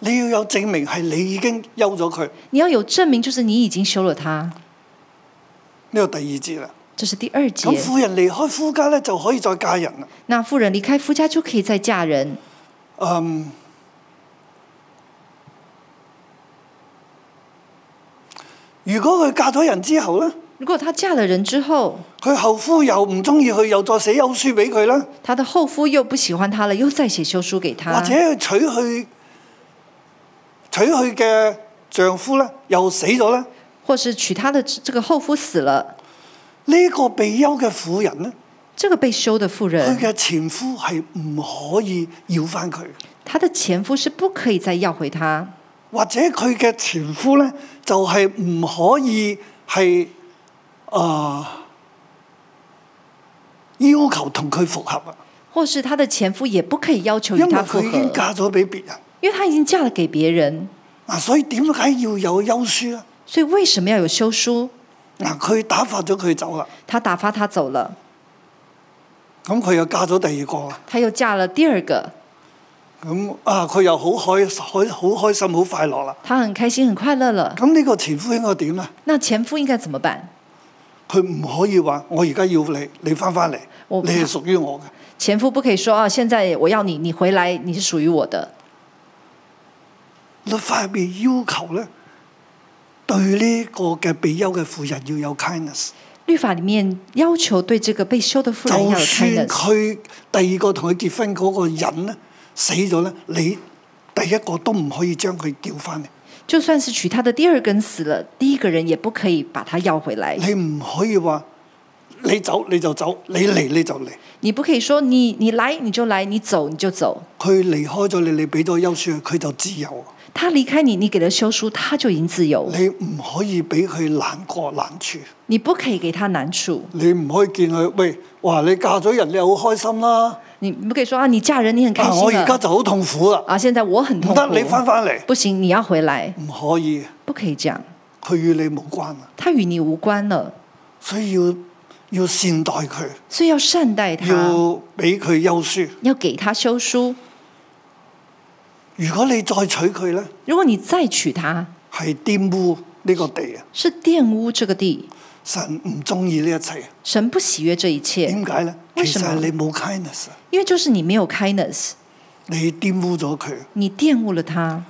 Speaker 2: 你要有證明係你已經休咗佢。
Speaker 3: 你要有证明，就是你已經休了他。
Speaker 2: 呢個第二節啦。
Speaker 3: 这是第二节
Speaker 2: 咁。婦人離開夫家咧，就可以再嫁人啦。
Speaker 3: 那妇人离开夫家就可以再嫁人。
Speaker 2: 嗯，如果佢嫁咗人之後咧，
Speaker 3: 如果她嫁了人之后，
Speaker 2: 佢後夫又唔中意佢，又再寫休書俾佢啦，
Speaker 3: 她的后夫又不喜歡她了，又再寫休書給
Speaker 2: 或
Speaker 3: 她
Speaker 2: 者，佢娶佢娶佢嘅丈夫咧又死咗咧，
Speaker 3: 或是娶她的这个后夫死了，
Speaker 2: 呢、個被休嘅婦人咧，
Speaker 3: 这个被休的妇
Speaker 2: 佢
Speaker 3: 人，
Speaker 2: 嘅前夫係唔可以要翻佢，
Speaker 3: 她的前夫是不可以再要回她，
Speaker 2: 或者佢嘅前夫咧就係唔可以係啊、要求同佢復合啊。
Speaker 3: 或是她的前夫也不可以要求
Speaker 2: 因
Speaker 3: 与
Speaker 2: 為
Speaker 3: 她复
Speaker 2: 佢已經
Speaker 3: 合，
Speaker 2: 嫁咗俾別人，
Speaker 3: 因为她已经嫁了给別人。
Speaker 2: 嗱，所以點解要有休書咧？
Speaker 3: 所以为什么要有休书？
Speaker 2: 嗱，佢打發咗佢走啦，啊
Speaker 3: 她打发她走了，
Speaker 2: 咁佢又嫁咗第二個啦，啊
Speaker 3: 她又嫁了第二个，
Speaker 2: 咁啊，佢又好開開好開心，好快樂啦。
Speaker 3: 她很開心很快樂了。
Speaker 2: 咁呢個前夫應該點咧？
Speaker 3: 那前夫應該怎麼辦？
Speaker 2: 佢唔可以話我而家要你，你翻翻嚟，
Speaker 3: 我
Speaker 2: 你係屬於我嘅。
Speaker 3: 前夫不可以说啊，現在我要你，你回来，你是屬於我的。
Speaker 2: 律法入面要求咧，對呢個嘅被休嘅婦人要有 kindness，
Speaker 3: 律法里面要求对这个被休的妇
Speaker 2: 就
Speaker 3: 人要有
Speaker 2: 算
Speaker 3: kindness，
Speaker 2: 佢第二個同佢結婚嗰個人咧死咗咧，你第一個都唔可以將佢叫翻嚟。
Speaker 3: 就算是娶她的第二根死了，第一个人也不可以把她要回来。
Speaker 2: 你唔可以話你走你就走，你嚟你就嚟。
Speaker 3: 你不可以说你你来你就来，你走你就走。
Speaker 2: 佢離開咗你，你俾咗休書佢，佢就自由。
Speaker 3: 他离开你，你給了休书，他就已經自由。
Speaker 2: 你唔可以俾佢難過難處，
Speaker 3: 你不可以給他難處，
Speaker 2: 你唔可以見佢喂，哇！你嫁咗人，你好開心啦。
Speaker 3: 你不可以说啊，你嫁人你很開
Speaker 2: 啊，我
Speaker 3: 心
Speaker 2: 而家
Speaker 3: 了
Speaker 2: 就好痛苦啦，
Speaker 3: 啊，現在我很
Speaker 2: 唔
Speaker 3: 痛
Speaker 2: 得，你翻
Speaker 3: 苦，
Speaker 2: 返嚟，
Speaker 3: 不行，你要回来，
Speaker 2: 唔可以，
Speaker 3: 不可以這樣，
Speaker 2: 佢與你無關啊。
Speaker 3: 他與你無關了，
Speaker 2: 所以要要善待佢，
Speaker 3: 所以要善待他，
Speaker 2: 要俾佢休書。
Speaker 3: 要給他休书。
Speaker 2: 如果你再娶佢咧，
Speaker 3: 如果你再娶她，
Speaker 2: 係玷污呢個地啊！
Speaker 3: 是玷污这个地，
Speaker 2: 神唔中意呢一切。
Speaker 3: 神不喜悦这一切，
Speaker 2: 點解咧？其
Speaker 3: 為
Speaker 2: 實
Speaker 3: 什麼
Speaker 2: 係你冇 kindness，啊
Speaker 3: 因为就是你没有 kindness，
Speaker 2: 你玷污咗佢。
Speaker 3: 你玷污了他。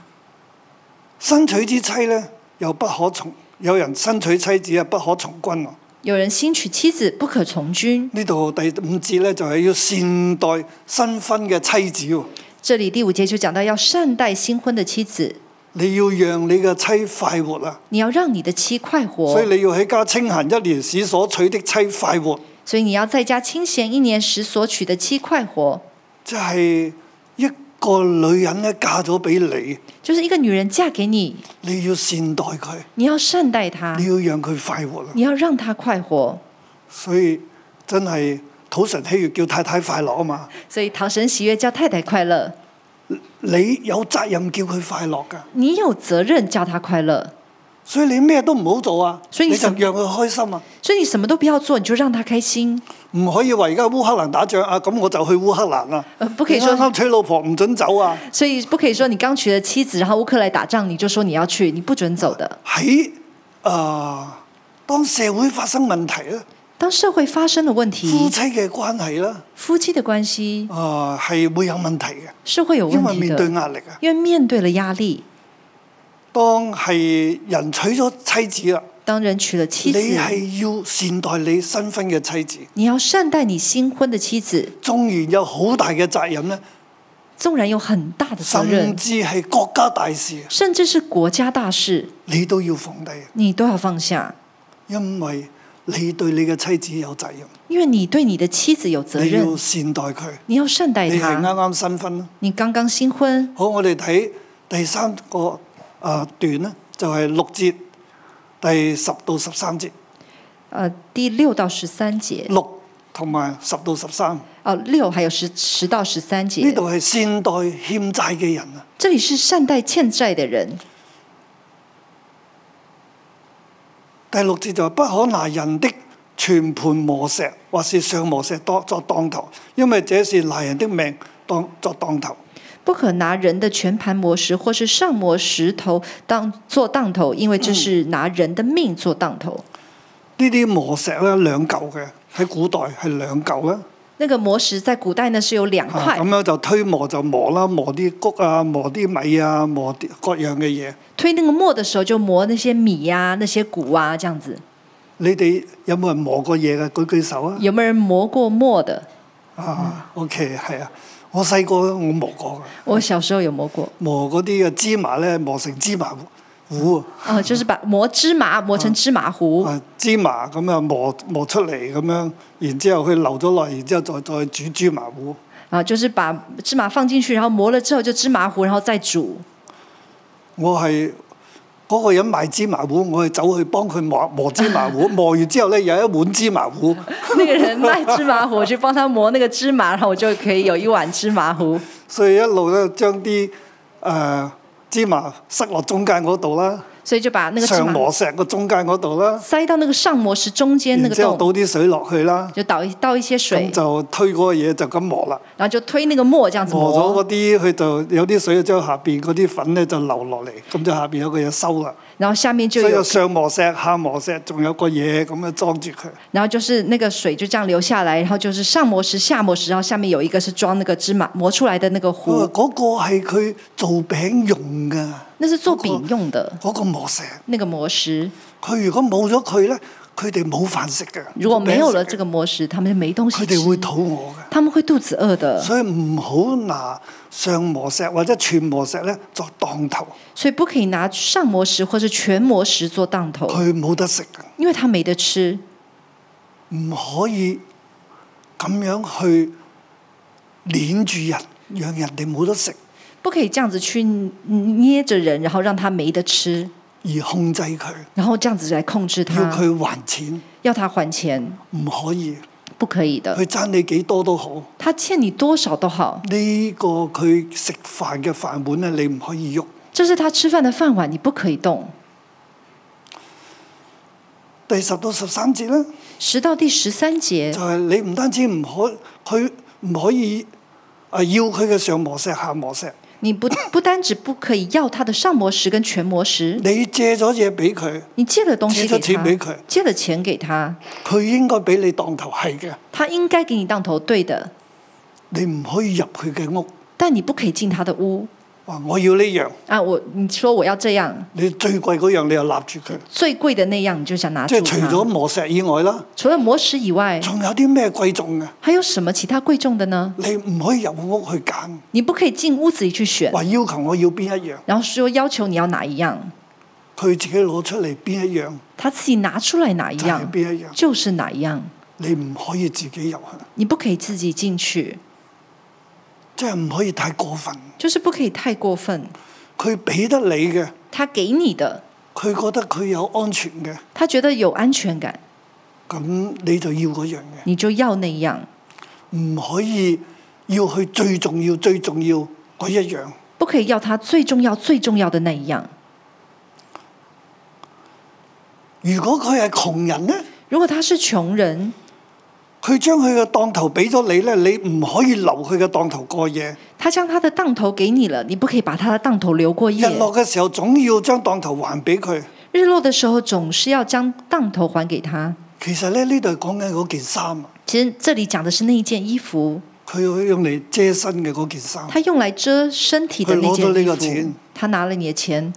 Speaker 2: 新娶之妻咧，又不可從。有人新娶妻子啊，不可從軍喎。
Speaker 3: 有人新娶妻子不可从军，
Speaker 2: 呢度第五節咧就係要善待新婚嘅妻子喎。
Speaker 3: 这里第五节就讲到要善待新婚的妻子，
Speaker 2: 你要讓你嘅妻快活啊，
Speaker 3: 你要让你的妻快活，
Speaker 2: 所以你要喺家清閒一年，使所娶的妻快活，
Speaker 3: 所以你要在家清闲一年时所娶的妻快活，
Speaker 2: 即係一個女人咧嫁咗俾你，
Speaker 3: 就是一个女人嫁给你，
Speaker 2: 你要善待佢，
Speaker 3: 你要善待她
Speaker 2: 你，要讓佢快活啊。
Speaker 3: 你要让她快活。
Speaker 2: 所以真係土神希月叫太太快樂啊嘛。
Speaker 3: 所以讨神喜悦叫太太快乐，
Speaker 2: 你有責任叫佢快樂㗎，
Speaker 3: 你有责任叫她快乐，
Speaker 2: 所以你咩都唔好做啊，
Speaker 3: 所以
Speaker 2: 你
Speaker 3: 你
Speaker 2: 就
Speaker 3: 什
Speaker 2: 讓佢開心啊，
Speaker 3: 所以你什麼都不要做，你就讓他開心。
Speaker 2: 唔可以話而家烏克蘭打仗啊，咁我就去烏克蘭啊，
Speaker 3: 呃不可以
Speaker 2: 你
Speaker 3: 說
Speaker 2: 啱啱娶老婆唔准走啊，
Speaker 3: 所以不可以說你剛娶了妻子，然後烏克蘭打仗，你就說你要去，你不准走的。
Speaker 2: 喺啊、當社會發生問題啊咧，
Speaker 3: 當社會發生了問
Speaker 2: 夫
Speaker 3: 題，
Speaker 2: 妻嘅關係啦，
Speaker 3: 夫妻的關係
Speaker 2: 啊、係會有問題嘅，
Speaker 3: 是會有
Speaker 2: 因
Speaker 3: 問
Speaker 2: 為
Speaker 3: 題
Speaker 2: 面對
Speaker 3: 的，
Speaker 2: 壓力啊。
Speaker 3: 因為面對了壓力。
Speaker 2: 當係人娶咗妻子啦，
Speaker 3: 當人娶了
Speaker 2: 你
Speaker 3: 妻子，
Speaker 2: 係要善待你新婚嘅妻子，
Speaker 3: 你要善待你新婚的妻子，
Speaker 2: 縱然有好大嘅責任咧，
Speaker 3: 縱然有很大的責
Speaker 2: 甚
Speaker 3: 任，
Speaker 2: 至係國家大事，
Speaker 3: 甚至是國家大事，
Speaker 2: 你都要放低，啊
Speaker 3: 你都要放下，
Speaker 2: 因為你對你嘅妻子有責任，
Speaker 3: 因為你對你的妻子有責
Speaker 2: 你要
Speaker 3: 任，
Speaker 2: 善待佢。
Speaker 3: 你要善待
Speaker 2: 你係啱
Speaker 3: 她。
Speaker 2: 啱新婚啦，
Speaker 3: 你剛剛新婚，
Speaker 2: 好，我哋睇第三個啊段咧，就係六節第十到十三節，
Speaker 3: 呃，第六到十三節，
Speaker 2: 六同埋十到十三，呢
Speaker 3: 哦，六還有十十到十三節，
Speaker 2: 度係善待欠債嘅人啊。
Speaker 3: 這裡是善待欠債的人。
Speaker 2: 第六節就係不可拿人的全盤磨石，或是上磨石當作當頭，因為這是拿人的命當作當頭。
Speaker 3: 不可拿人的全盤磨石，或是上磨石头当做当头，因為這是拿人的命做当头。
Speaker 2: 呢啲磨石咧兩嚿嘅，喺古代係兩嚿啦，
Speaker 3: 那個磨石在古代呢是有兩
Speaker 2: 啊咁
Speaker 3: 塊，
Speaker 2: 樣就推磨就磨啦，磨啲谷啊，磨啲米啊，磨啲各樣嘅嘢。
Speaker 3: 推那個磨的時候就磨那些米呀、那些谷啊，這樣子。
Speaker 2: 你哋有冇人磨過嘢嘅？舉舉手啊！
Speaker 3: 有沒有人磨過磨的？
Speaker 2: 啊，OK，係啊，我細個我磨過嘅，
Speaker 3: 我小時候有磨過，
Speaker 2: 磨嗰啲嘅芝麻咧，磨成芝麻糊啊。
Speaker 3: 啊，就是把磨芝麻磨成芝麻糊，
Speaker 2: 啊芝麻咁啊磨磨出嚟咁樣，然之後佢留咗落，然之後再再煮芝麻糊。
Speaker 3: 啊，就是把芝麻放進去，然後磨了之後就芝麻糊，然後再煮。
Speaker 2: 我係嗰、個人賣芝麻糊，我係走去幫佢磨磨芝麻
Speaker 3: <laughs>
Speaker 2: 糊，磨完之後咧有一碗芝麻糊。
Speaker 3: 那個人賣芝麻糊，我去幫他磨那個芝麻，然後我就可以有一碗芝麻糊。
Speaker 2: 所以一路咧將啲誒芝麻塞落中間嗰度啦，
Speaker 3: 所以就把那個芝
Speaker 2: 上
Speaker 3: 麻
Speaker 2: 磨石個中間嗰度啦，
Speaker 3: 塞到那個上磨石中間那
Speaker 2: 然
Speaker 3: 個
Speaker 2: 之後倒
Speaker 3: 洞，
Speaker 2: 啲水落去啦，
Speaker 3: 就倒一倒一些水
Speaker 2: 咁，就推嗰個嘢就咁磨啦。
Speaker 3: 然後就推那個磨這樣子
Speaker 2: 磨咗
Speaker 3: 磨，
Speaker 2: 嗰啲，佢就有啲水將下邊嗰啲粉咧就流落嚟，咁就下邊有個嘢收啦。
Speaker 3: 然後下面就
Speaker 2: 所以有
Speaker 3: 有，
Speaker 2: 上磨石、下磨石，仲有個嘢咁樣裝住佢。
Speaker 3: 然後就是那個水就這樣流下來，然後就是上磨石、下磨石，然後下面有一個是裝那個芝麻磨出來的那個
Speaker 2: 佢話
Speaker 3: 糊，
Speaker 2: 嗰個係佢做餅用㗎，
Speaker 3: 那是做餅用的
Speaker 2: 嗰、個磨石。
Speaker 3: 那個磨石。
Speaker 2: 佢如果冇咗佢咧，佢哋冇飯食㗎。
Speaker 3: 如果沒有
Speaker 2: 冇餅
Speaker 3: 了這
Speaker 2: 食
Speaker 3: 個磨石，他們就沒東
Speaker 2: 嘅，佢
Speaker 3: 西
Speaker 2: 哋會
Speaker 3: 吃，
Speaker 2: 肚餓㗎。
Speaker 3: 他們會肚子餓的，
Speaker 2: 所以唔好拿上磨石或者全磨石咧作當頭，
Speaker 3: 所以不可以拿上磨石或是全磨石做當頭，
Speaker 2: 佢冇得食㗎，
Speaker 3: 因為他沒得吃，
Speaker 2: 唔可以咁樣去攆住人，讓人哋冇得食
Speaker 3: 不可以這樣子去捏着人，然後讓他沒得吃。
Speaker 2: 而控制佢，
Speaker 3: 然後這樣子來控制
Speaker 2: 要
Speaker 3: 他，
Speaker 2: 佢還錢，
Speaker 3: 要他還錢，
Speaker 2: 唔可以。
Speaker 3: 不可以的。
Speaker 2: 佢爭你幾多都好，
Speaker 3: 他欠你多少都好，
Speaker 2: 呢、個佢食飯嘅飯碗咧，你唔可以喐。
Speaker 3: 这是他吃飯的飯碗，你不可以動。
Speaker 2: 第十到十三節咧，
Speaker 3: 十到第十三
Speaker 2: 就
Speaker 3: 節，
Speaker 2: 係、你唔單止唔可，佢唔可以啊要佢嘅上磨石下磨石，
Speaker 3: 你不不單止不可以要他的上磨石跟全磨石，
Speaker 2: 你借咗嘢俾佢，
Speaker 3: 你借了東西
Speaker 2: 借咗錢俾
Speaker 3: 給
Speaker 2: 佢
Speaker 3: 他，借了錢給他，
Speaker 2: 佢應該俾你當頭係嘅，
Speaker 3: 他應該給你當頭，對的，
Speaker 2: 你唔可以入佢嘅屋。
Speaker 3: 但你不可以進他的屋
Speaker 2: 話我要呢樣，
Speaker 3: 啊！我你說我要這樣，
Speaker 2: 你最貴嗰樣你又立住佢，
Speaker 3: 最貴的那樣你就想拿
Speaker 2: 即係
Speaker 3: 住
Speaker 2: 除咗
Speaker 3: 它。
Speaker 2: 磨石以外啦，
Speaker 3: 除了磨石以外，
Speaker 2: 仲有啲咩貴重嘅？
Speaker 3: 還有什麼其他貴重的呢？
Speaker 2: 你唔可以入屋去揀，
Speaker 3: 你不可以進屋子裡去選。
Speaker 2: 話要求我要邊一樣，
Speaker 3: 然後說要求你要哪一樣，
Speaker 2: 佢自己攞出嚟邊一樣
Speaker 3: 他自己拿出來哪一
Speaker 2: 就係
Speaker 3: 樣，
Speaker 2: 邊一樣。
Speaker 3: 就是哪一樣，
Speaker 2: 你唔可以自己入去，
Speaker 3: 你不可以自己進去，
Speaker 2: 即係唔可以太過分。
Speaker 3: 就是不可以太過分。
Speaker 2: 佢俾得你嘅，
Speaker 3: 他給你的，
Speaker 2: 佢覺得佢有安全嘅，
Speaker 3: 他覺得有安全感，
Speaker 2: 咁你就要嗰樣嘅，
Speaker 3: 你就要那樣，
Speaker 2: 唔可以要去最重要、最重要嗰一樣。
Speaker 3: 不可以要他最重要、最重要的那一樣。
Speaker 2: 如果佢係窮人咧，
Speaker 3: 如果他是窮人，
Speaker 2: 佢將佢嘅當頭俾咗你咧，你唔可以留佢嘅當頭過夜。
Speaker 3: 他將他的當頭給你了，你不可以把他的當頭留過夜
Speaker 2: 日。落嘅時候總要將當頭還俾佢。
Speaker 3: 日落的時候總是要將當頭還給他。
Speaker 2: 其實咧呢度係講緊嗰件衫啊，
Speaker 3: 其實這裡講的是那一件衣服，
Speaker 2: 佢用嚟遮身嘅嗰件衫，
Speaker 3: 他用來遮身體的那
Speaker 2: 佢攞咗呢
Speaker 3: 件
Speaker 2: 個
Speaker 3: 衣服
Speaker 2: 錢。
Speaker 3: 他拿了你的錢，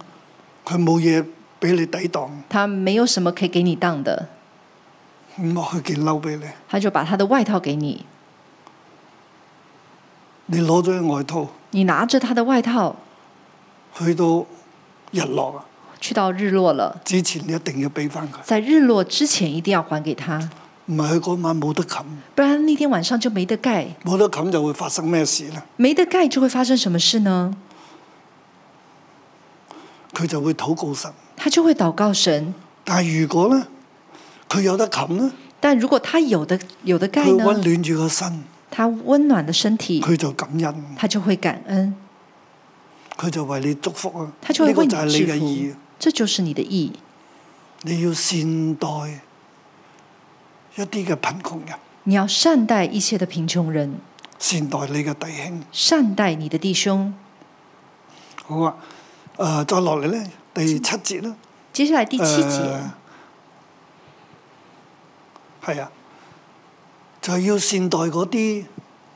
Speaker 2: 佢冇嘢俾你抵擋，
Speaker 3: 他沒有什麼可以給你當的，
Speaker 2: 唔落佢件褸俾你，
Speaker 3: 他就把他的外套給你。
Speaker 2: 你攞咗佢外套
Speaker 3: 你拿着他的外套
Speaker 2: 去到日落啊
Speaker 3: 去到日落了，
Speaker 2: 之前，你一定要俾翻佢，
Speaker 3: 在日落之前一定要還給他，
Speaker 2: 唔係佢嗰晚冇得冚，
Speaker 3: 不然那天晚上就沒得蓋，
Speaker 2: 冇得冚就會發生咩事咧？
Speaker 3: 沒得蓋就會發生什麼事呢？
Speaker 2: 佢就會禱告神。
Speaker 3: 他就會禱告神。
Speaker 2: 但係如果咧，佢有得冚咧，
Speaker 3: 但如果他有的有的
Speaker 2: 佢
Speaker 3: 蓋
Speaker 2: 温
Speaker 3: 呢，
Speaker 2: 暖住個身，
Speaker 3: 他溫暖的身體，
Speaker 2: 佢就感恩，
Speaker 3: 他就會感恩，
Speaker 2: 佢就為你祝福啊！
Speaker 3: 他就會
Speaker 2: 呢個
Speaker 3: 為你
Speaker 2: 就係你嘅
Speaker 3: 祝
Speaker 2: 義
Speaker 3: 福，。這就是你的意。
Speaker 2: 你要善待一啲嘅貧窮人，
Speaker 3: 你要善待一切的貧窮人，
Speaker 2: 善待你嘅弟兄。
Speaker 3: 善待你的弟兄。
Speaker 2: 好啊，誒、再落嚟咧，第七節啦。
Speaker 3: 接下來第七節，
Speaker 2: 呃係啊，就係要善待嗰啲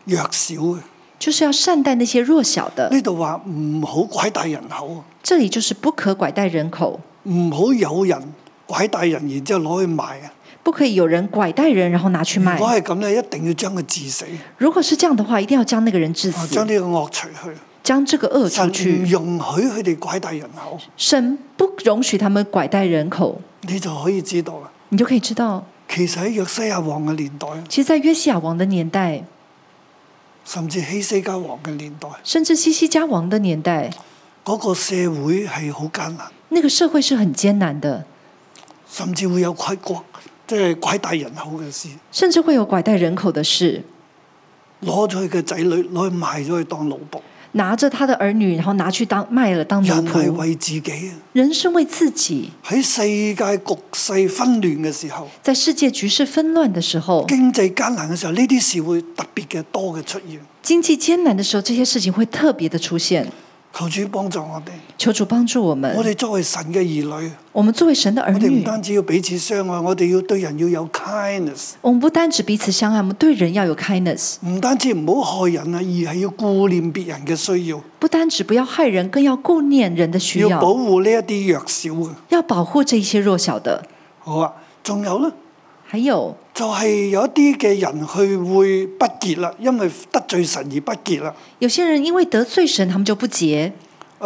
Speaker 2: 弱小嘅。
Speaker 3: 就是要善待那些弱小的。
Speaker 2: 呢度話唔好拐帶人口啊，
Speaker 3: 這裡就是不可拐帶人口，
Speaker 2: 唔好有人拐帶人，然之後攞去賣啊。
Speaker 3: 不可以有人拐帶人然後拿去
Speaker 2: 如果係
Speaker 3: 賣。
Speaker 2: 咁咧，一定要將佢致死，
Speaker 3: 如果是這樣的話，一定要將那個人致
Speaker 2: 啊
Speaker 3: 死，
Speaker 2: 將呢個惡除去。
Speaker 3: 將這個惡
Speaker 2: 神
Speaker 3: 除
Speaker 2: 唔
Speaker 3: 去。
Speaker 2: 容許佢哋拐帶人口，
Speaker 3: 神不容許他們拐帶人口，
Speaker 2: 你就可以知道啦。
Speaker 3: 你就可以知道，
Speaker 2: 其實喺約西亞王嘅年代，
Speaker 3: 其實，在約西亞王的年代，
Speaker 2: 甚至希西家王嘅年代，
Speaker 3: 甚至西西家王的年代，
Speaker 2: 嗰、個社會係好艱難，
Speaker 3: 那個社會是很艱難的，
Speaker 2: 甚至會有規國，即係拐帶人口嘅事，
Speaker 3: 甚至會有拐帶人口的事，
Speaker 2: 攞咗佢嘅仔女，攞去賣咗去當奴仆。
Speaker 3: 拿着他的兒女，然後拿去當賣了當奴
Speaker 2: 人係
Speaker 3: 僕。
Speaker 2: 為自己啊！
Speaker 3: 人是為自己，
Speaker 2: 喺世界局勢紛亂嘅時候，
Speaker 3: 在世界局勢紛亂的時候，
Speaker 2: 經濟艱難嘅時候，呢啲事會特別嘅多嘅出現。
Speaker 3: 經濟艱難的時候，這些事情會特別的出現。
Speaker 2: 求主幫助我哋，
Speaker 3: 求主幫助我
Speaker 2: 我
Speaker 3: 們，
Speaker 2: 哋作為神嘅兒女，
Speaker 3: 我們作為神的兒
Speaker 2: 我哋唔
Speaker 3: 女，
Speaker 2: 單止要彼此相愛，我哋要對人要有 kindness，
Speaker 3: 我們不單只彼此相愛，我們對人要有 kindness，
Speaker 2: 唔單止唔好害人啊，而係要顧念別人嘅需要，
Speaker 3: 不單只不要害人，更要顧念人的需
Speaker 2: 要保
Speaker 3: 要，
Speaker 2: 護呢一啲弱小嘅。
Speaker 3: 要保護這一些弱小的。
Speaker 2: 好啊，仲有咧，
Speaker 3: 還有
Speaker 2: 就係、有一啲嘅人佢會不潔啦，因為得罪神而不潔啦，
Speaker 3: 有些人因為得罪神，他們就不潔，
Speaker 2: 誒、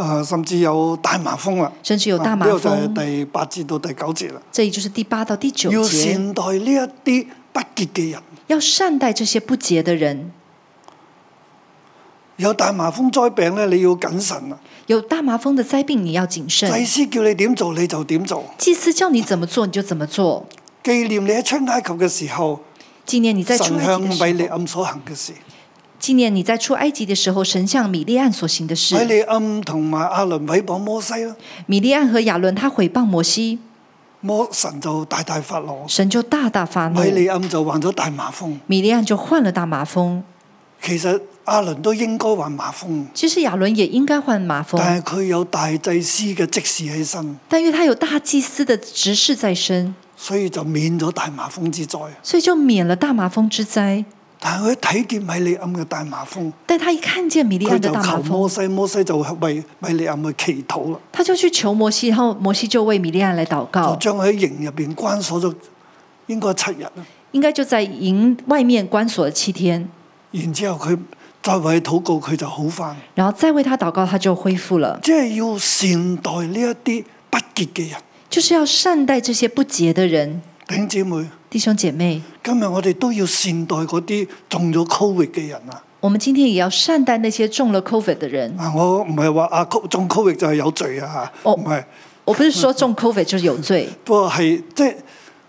Speaker 2: 啊甚至有大麻風啦。啊
Speaker 3: 甚至有大麻
Speaker 2: 呢個就係
Speaker 3: 風。
Speaker 2: 第八節到第九節啦。
Speaker 3: 這也就是第八到第九
Speaker 2: 要
Speaker 3: 節，
Speaker 2: 善待呢一啲不潔嘅人，
Speaker 3: 要善待這些不潔的人。
Speaker 2: 有大麻風災病咧，你要謹慎啊！
Speaker 3: 有大麻風的災病，你要
Speaker 2: 祭
Speaker 3: 謹慎。
Speaker 2: 司叫你點做你就點做，
Speaker 3: 祭司叫你怎麼做，你就怎麼做。
Speaker 2: 紀念你喺出埃及嘅時候，
Speaker 3: 紀念你在出
Speaker 2: 神
Speaker 3: 埃
Speaker 2: 向
Speaker 3: 及的
Speaker 2: 米利
Speaker 3: 時候，
Speaker 2: 暗所行嘅事。
Speaker 3: 紀念你在出埃及的時候，神向米利暗所行的
Speaker 2: 米
Speaker 3: 事。
Speaker 2: 利暗同埋阿倫毀謗摩西啦，
Speaker 3: 米利暗和亞伦他毀謗摩西，
Speaker 2: 摩神就大大發怒，
Speaker 3: 神就大大發怒
Speaker 2: 米，利暗就患咗大麻風。
Speaker 3: 米利暗就患了大麻風。
Speaker 2: 其實阿倫都應該患麻風，
Speaker 3: 其實亞伦也應該患麻風，
Speaker 2: 但係佢有大祭司嘅職事喺身，
Speaker 3: 但因為他有大祭司的職事在身，
Speaker 2: 所以就免咗大麻風之災。
Speaker 3: 所以就免了大麻風之災。
Speaker 2: 但係佢一睇見米利暗嘅大麻風，
Speaker 3: 但他一看見米利
Speaker 2: 佢
Speaker 3: 暗的
Speaker 2: 就
Speaker 3: 大麻
Speaker 2: 求摩
Speaker 3: 風，
Speaker 2: 西，摩西就為米利暗去祈禱啦，
Speaker 3: 他就去求摩西，然後摩西就為米利暗來禱
Speaker 2: 就
Speaker 3: 告，
Speaker 2: 將佢喺營入邊關鎖咗，應該七日啦。
Speaker 3: 應該就在營外面關鎖了七天，
Speaker 2: 然之後佢再為佢禱告，佢就好翻。
Speaker 3: 然後再為他禱告，他就恢復了。
Speaker 2: 即係要善待呢一啲不潔嘅人。
Speaker 3: 就是要善待這些不潔的人，
Speaker 2: 弟兄姊妹，
Speaker 3: 弟兄姐妹，
Speaker 2: 今日我哋都要善待嗰啲中咗 Covid 嘅人啊！
Speaker 3: 我們今天也要善待那些中了 COVID 的人。
Speaker 2: 啊，我唔係話啊，co- 中 Covid 就係有罪啊，
Speaker 3: 哦
Speaker 2: 唔係、
Speaker 3: 我不是說中 COVID 就是有罪，
Speaker 2: 不過係即係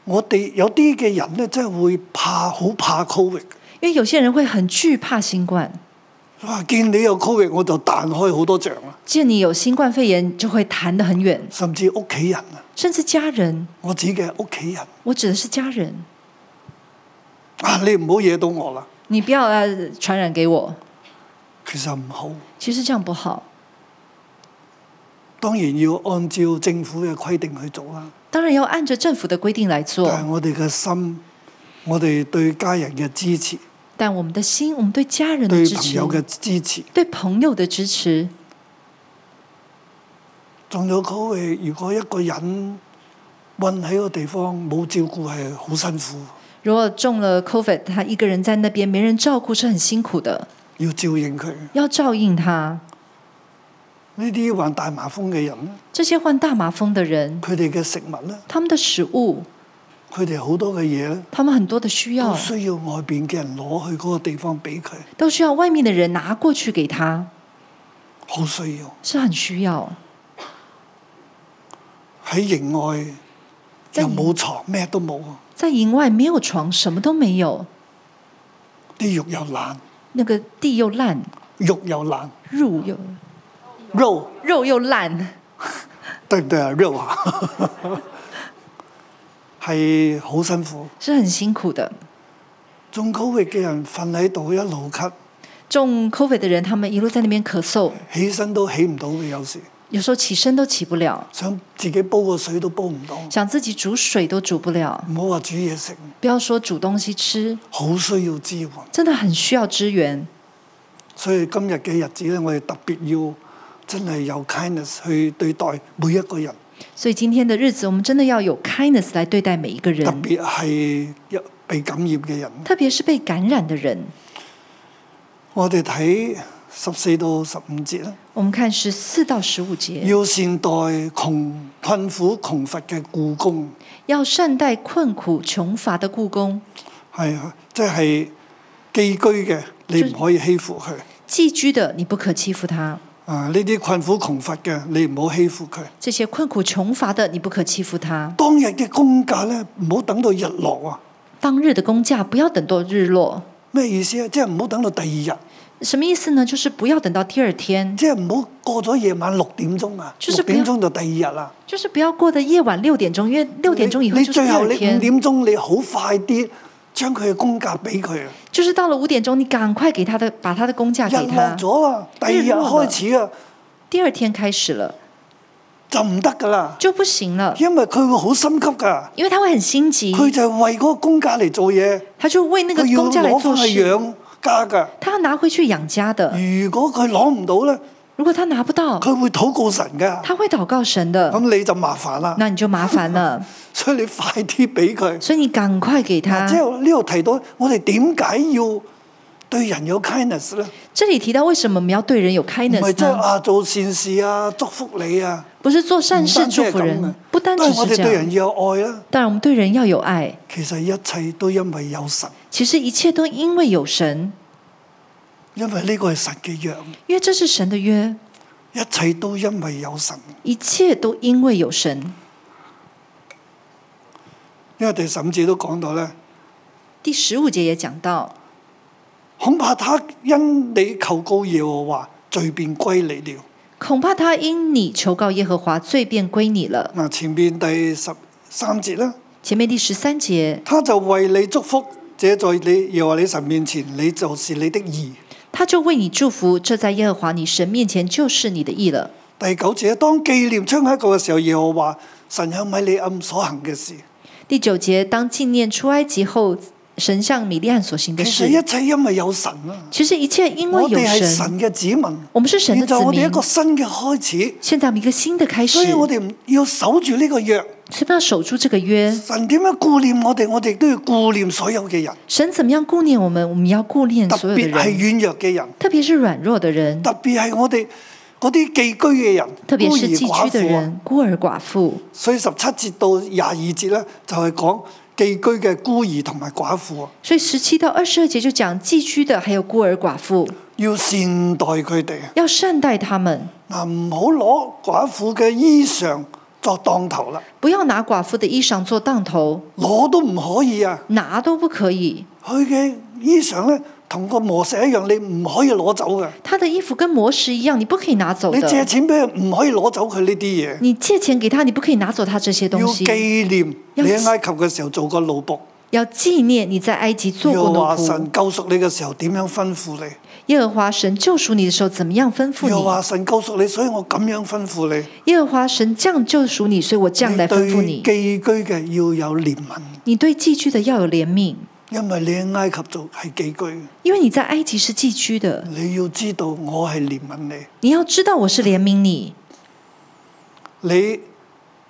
Speaker 2: 我哋有啲嘅人咧，真係會怕，好怕 Covid。
Speaker 3: 因為有些人會很懼怕新冠，
Speaker 2: 哇！見你有 Covid，我就彈開好多仗啦，
Speaker 3: 见你有新冠肺炎，就会弹得很远，
Speaker 2: 甚至屋企人啊，
Speaker 3: 甚至家人。
Speaker 2: 我指嘅係屋企人
Speaker 3: 我指的是家人，
Speaker 2: 啊，你唔好惹到我啦。
Speaker 3: 你不要呃传染给我。
Speaker 2: 其實唔好，
Speaker 3: 其实这样不好，
Speaker 2: 當然要按照政府嘅規定去做啦。
Speaker 3: 当然要按着政府的规定来
Speaker 2: 但係
Speaker 3: 做。
Speaker 2: 我哋嘅心，我哋對家人嘅支持，
Speaker 3: 但我们的心，我们对家人的
Speaker 2: 對
Speaker 3: 支
Speaker 2: 朋
Speaker 3: 持，
Speaker 2: 友嘅支持，
Speaker 3: 对朋友的支持，
Speaker 2: 仲有 Covid，如果一個人困喺個地方冇照顧係好辛苦，
Speaker 3: 如果中了 COVID，他一个人在那边没人照顾是很辛苦的，
Speaker 2: 要照應佢。
Speaker 3: 要照应他。
Speaker 2: 呢啲患大麻風嘅人咧，
Speaker 3: 这些患大麻风的人，
Speaker 2: 佢哋嘅食物咧，
Speaker 3: 他们的食物，
Speaker 2: 佢哋好多嘅嘢咧，
Speaker 3: 他们很多的需
Speaker 2: 都
Speaker 3: 要，
Speaker 2: 需要外邊嘅人攞去嗰個地方俾佢，
Speaker 3: 都需要外面的人拿过去给他，
Speaker 2: 好需要。
Speaker 3: 是很需要。
Speaker 2: 喺營外
Speaker 3: 即係
Speaker 2: 又冇床，咩都冇，
Speaker 3: 在营外没有床，什么都没有，
Speaker 2: 啲肉又爛，
Speaker 3: 那个地又烂，
Speaker 2: 肉又爛，
Speaker 3: 肉又
Speaker 2: 肉
Speaker 3: 肉又烂，
Speaker 2: 對唔對啊？肉啊， <laughs> 係好辛苦。
Speaker 3: 是很辛苦的。
Speaker 2: 中高域嘅人瞓喺度一路咳，
Speaker 3: 中 COVID 的人，他们一路在那边咳嗽，
Speaker 2: 起身都起唔到嘅，有時
Speaker 3: 有时候起身都起不了，
Speaker 2: 想自己煲個水都煲唔到，
Speaker 3: 想自己煮水都煮不了，
Speaker 2: 唔好話煮嘢食，
Speaker 3: 不要说煮东西吃，
Speaker 2: 好需要支援。
Speaker 3: 真的很需要支援。
Speaker 2: 所以今日嘅日子咧，我哋特別要真係有 kindness 去對待每一個人，
Speaker 3: 所以今天的日子，我们真的要有 kindness 来对待每一
Speaker 2: 特
Speaker 3: 个人，
Speaker 2: 別係一被感染嘅人。
Speaker 3: 特别是被感染的人。
Speaker 2: 我哋睇十四到十五節啦，
Speaker 3: 我们看十四到十五节，
Speaker 2: 要善待窮困苦窮乏嘅故宮，
Speaker 3: 要善待困苦穷乏的故宫，
Speaker 2: 係啊即係寄居嘅，你唔可以欺負佢。
Speaker 3: 寄居的你不可欺负他；
Speaker 2: 啊！呢啲困苦窮乏嘅，你唔好欺負佢。
Speaker 3: 这些困苦穷乏的你不可欺负他。
Speaker 2: 當日嘅工價咧，唔好等到日落啊！
Speaker 3: 当日的工价不要等到日落，
Speaker 2: 咩意思啊？即係唔好等到第二日，
Speaker 3: 什么意思呢？就是不要等到第二天，
Speaker 2: 即係唔好過咗夜晚六點鐘啊！
Speaker 3: 就是
Speaker 2: 六
Speaker 3: 不要
Speaker 2: 點鐘就第二日啦。
Speaker 3: 就是不要过的夜晚六点钟，因为六点钟以后
Speaker 2: 你
Speaker 3: 就是第
Speaker 2: 最後
Speaker 3: 二
Speaker 2: 你五
Speaker 3: 天，
Speaker 2: 點鐘你好快啲將佢嘅工價俾佢啊！
Speaker 3: 就是到了五点钟，你赶快给他的把他的工价
Speaker 2: 日
Speaker 3: 给
Speaker 2: 落
Speaker 3: 他。
Speaker 2: 咗啦，第二日開始啊，
Speaker 3: 第二天开始了
Speaker 2: 就唔得噶啦，
Speaker 3: 就不行了。
Speaker 2: 因為佢會好心急噶，
Speaker 3: 因为他会很心急，
Speaker 2: 佢就係為嗰個工價嚟做嘢，
Speaker 3: 他就为那个
Speaker 2: 佢要
Speaker 3: 公家来
Speaker 2: 攞
Speaker 3: 做
Speaker 2: 翻去
Speaker 3: 事，
Speaker 2: 養家噶。
Speaker 3: 他要拿回去养家的。
Speaker 2: 如果佢攞唔到咧，
Speaker 3: 如果他拿不到，
Speaker 2: 佢會禱告神噶，
Speaker 3: 他会祷告神的，
Speaker 2: 咁你就麻煩啦。
Speaker 3: 那你就麻烦了。
Speaker 2: 所以你快啲俾佢。
Speaker 3: 所以你赶快给他
Speaker 2: 嗱，即。係呢度提到我哋點解要對人有 kindness 咧？
Speaker 3: 这里提到为什么我们要对人有
Speaker 2: 唔係
Speaker 3: kindness
Speaker 2: 即係
Speaker 3: 呢？
Speaker 2: 啊做善事啊，祝福你啊。
Speaker 3: 不是做善事
Speaker 2: 唔單止
Speaker 3: 祝
Speaker 2: 係
Speaker 3: 福
Speaker 2: 咁
Speaker 3: 人
Speaker 2: 嘅，
Speaker 3: 不单只
Speaker 2: 但係我
Speaker 3: 是
Speaker 2: 哋
Speaker 3: 这
Speaker 2: 對
Speaker 3: 样
Speaker 2: 人。要有愛啦。
Speaker 3: 当然，我们对人要有爱。
Speaker 2: 其實一切都因為有神，
Speaker 3: 其实一切都因为有神，
Speaker 2: 因為呢個係神嘅約，
Speaker 3: 因为这是神的约，
Speaker 2: 一切都因為有神。
Speaker 3: 一切都因为有神。
Speaker 2: 因為第十五節都講到咧，
Speaker 3: 第十五节也讲到，
Speaker 2: 恐怕他因你求告耶和華，罪便歸你了。
Speaker 3: 恐怕他因你求告耶和华，罪便归你了。
Speaker 2: 嗱，前面第十三節啦。
Speaker 3: 前面第十三节，
Speaker 2: 他就為你祝福，這在你耶和華你神面前，你就是你的義。
Speaker 3: 他就为你祝福，这在耶和华你神面前就是你的义了。
Speaker 2: 第九節，當紀念出埃及嘅時候，耶和華神向米利暗所行嘅事，
Speaker 3: 第九节，当纪念出埃及后，神向米利暗所行
Speaker 2: 其
Speaker 3: 的
Speaker 2: 實
Speaker 3: 事，
Speaker 2: 一切因為有神啊，
Speaker 3: 其实一切因为
Speaker 2: 我
Speaker 3: 有
Speaker 2: 哋係
Speaker 3: 神，
Speaker 2: 神嘅子民，
Speaker 3: 我们是神的
Speaker 2: 現在
Speaker 3: 子
Speaker 2: 我
Speaker 3: 民
Speaker 2: 哋一。個新嘅開始，
Speaker 3: 现在我们一个新的开始
Speaker 2: 所，以我哋唔要守住呢個約。
Speaker 3: 所以我们要守住这个约。
Speaker 2: 神點樣顧念我哋，我哋都要顧念所有嘅人，
Speaker 3: 神怎么样顾念我们，我们要顾念
Speaker 2: 特
Speaker 3: 所有的
Speaker 2: 別係
Speaker 3: 人，
Speaker 2: 軟弱嘅人，
Speaker 3: 特别是软弱的人，
Speaker 2: 特別係我哋嗰啲寄居嘅人，
Speaker 3: 特别是寄
Speaker 2: 孤兒寡
Speaker 3: 居的
Speaker 2: 婦啊。
Speaker 3: 人、孤儿寡妇。
Speaker 2: 所以十七節到廿二節咧，就係講寄居嘅孤兒同埋寡婦啊，
Speaker 3: 所以十七到二十二节就讲寄居的，还有孤儿寡妇，
Speaker 2: 要善待佢哋啊
Speaker 3: 要善待他们，
Speaker 2: 嗱，唔好攞寡婦嘅衣裳作當頭啦，
Speaker 3: 不要拿寡妇的衣裳做当头，
Speaker 2: 攞都唔可以啊！
Speaker 3: 拿都不可以。
Speaker 2: 佢嘅衣裳咧，同個磨石一樣，你唔可以攞走嘅。
Speaker 3: 他的衣服跟磨石一樣，你不可以拿走
Speaker 2: 你借
Speaker 3: 的。
Speaker 2: 錢俾佢，唔可以攞走佢呢啲嘢。
Speaker 3: 你借錢給他，你不可以拿走他這些
Speaker 2: 要
Speaker 3: 東西。
Speaker 2: 紀念你
Speaker 3: 要
Speaker 2: 喺埃及嘅時候做過奴仆，
Speaker 3: 要紀念你在埃及做
Speaker 2: 要
Speaker 3: 過奴
Speaker 2: 話
Speaker 3: 僕
Speaker 2: 神。救贖你嘅時候點樣吩咐你，
Speaker 3: 耶和華神救贖你的時候，怎麼樣吩咐
Speaker 2: 要
Speaker 3: 你？
Speaker 2: 話神救贖你，所以我咁樣吩咐你。
Speaker 3: 耶和華神這樣救贖你，所以我這樣來吩咐
Speaker 2: 對
Speaker 3: 你。
Speaker 2: 寄居嘅要有憐憫，
Speaker 3: 你對寄居的要有憐憫，
Speaker 2: 因為你喺埃及做係寄居，
Speaker 3: 因為你在埃及是寄居的。
Speaker 2: 你要知道我係憐憫你。
Speaker 3: 你要知道我是憐憫你。
Speaker 2: 你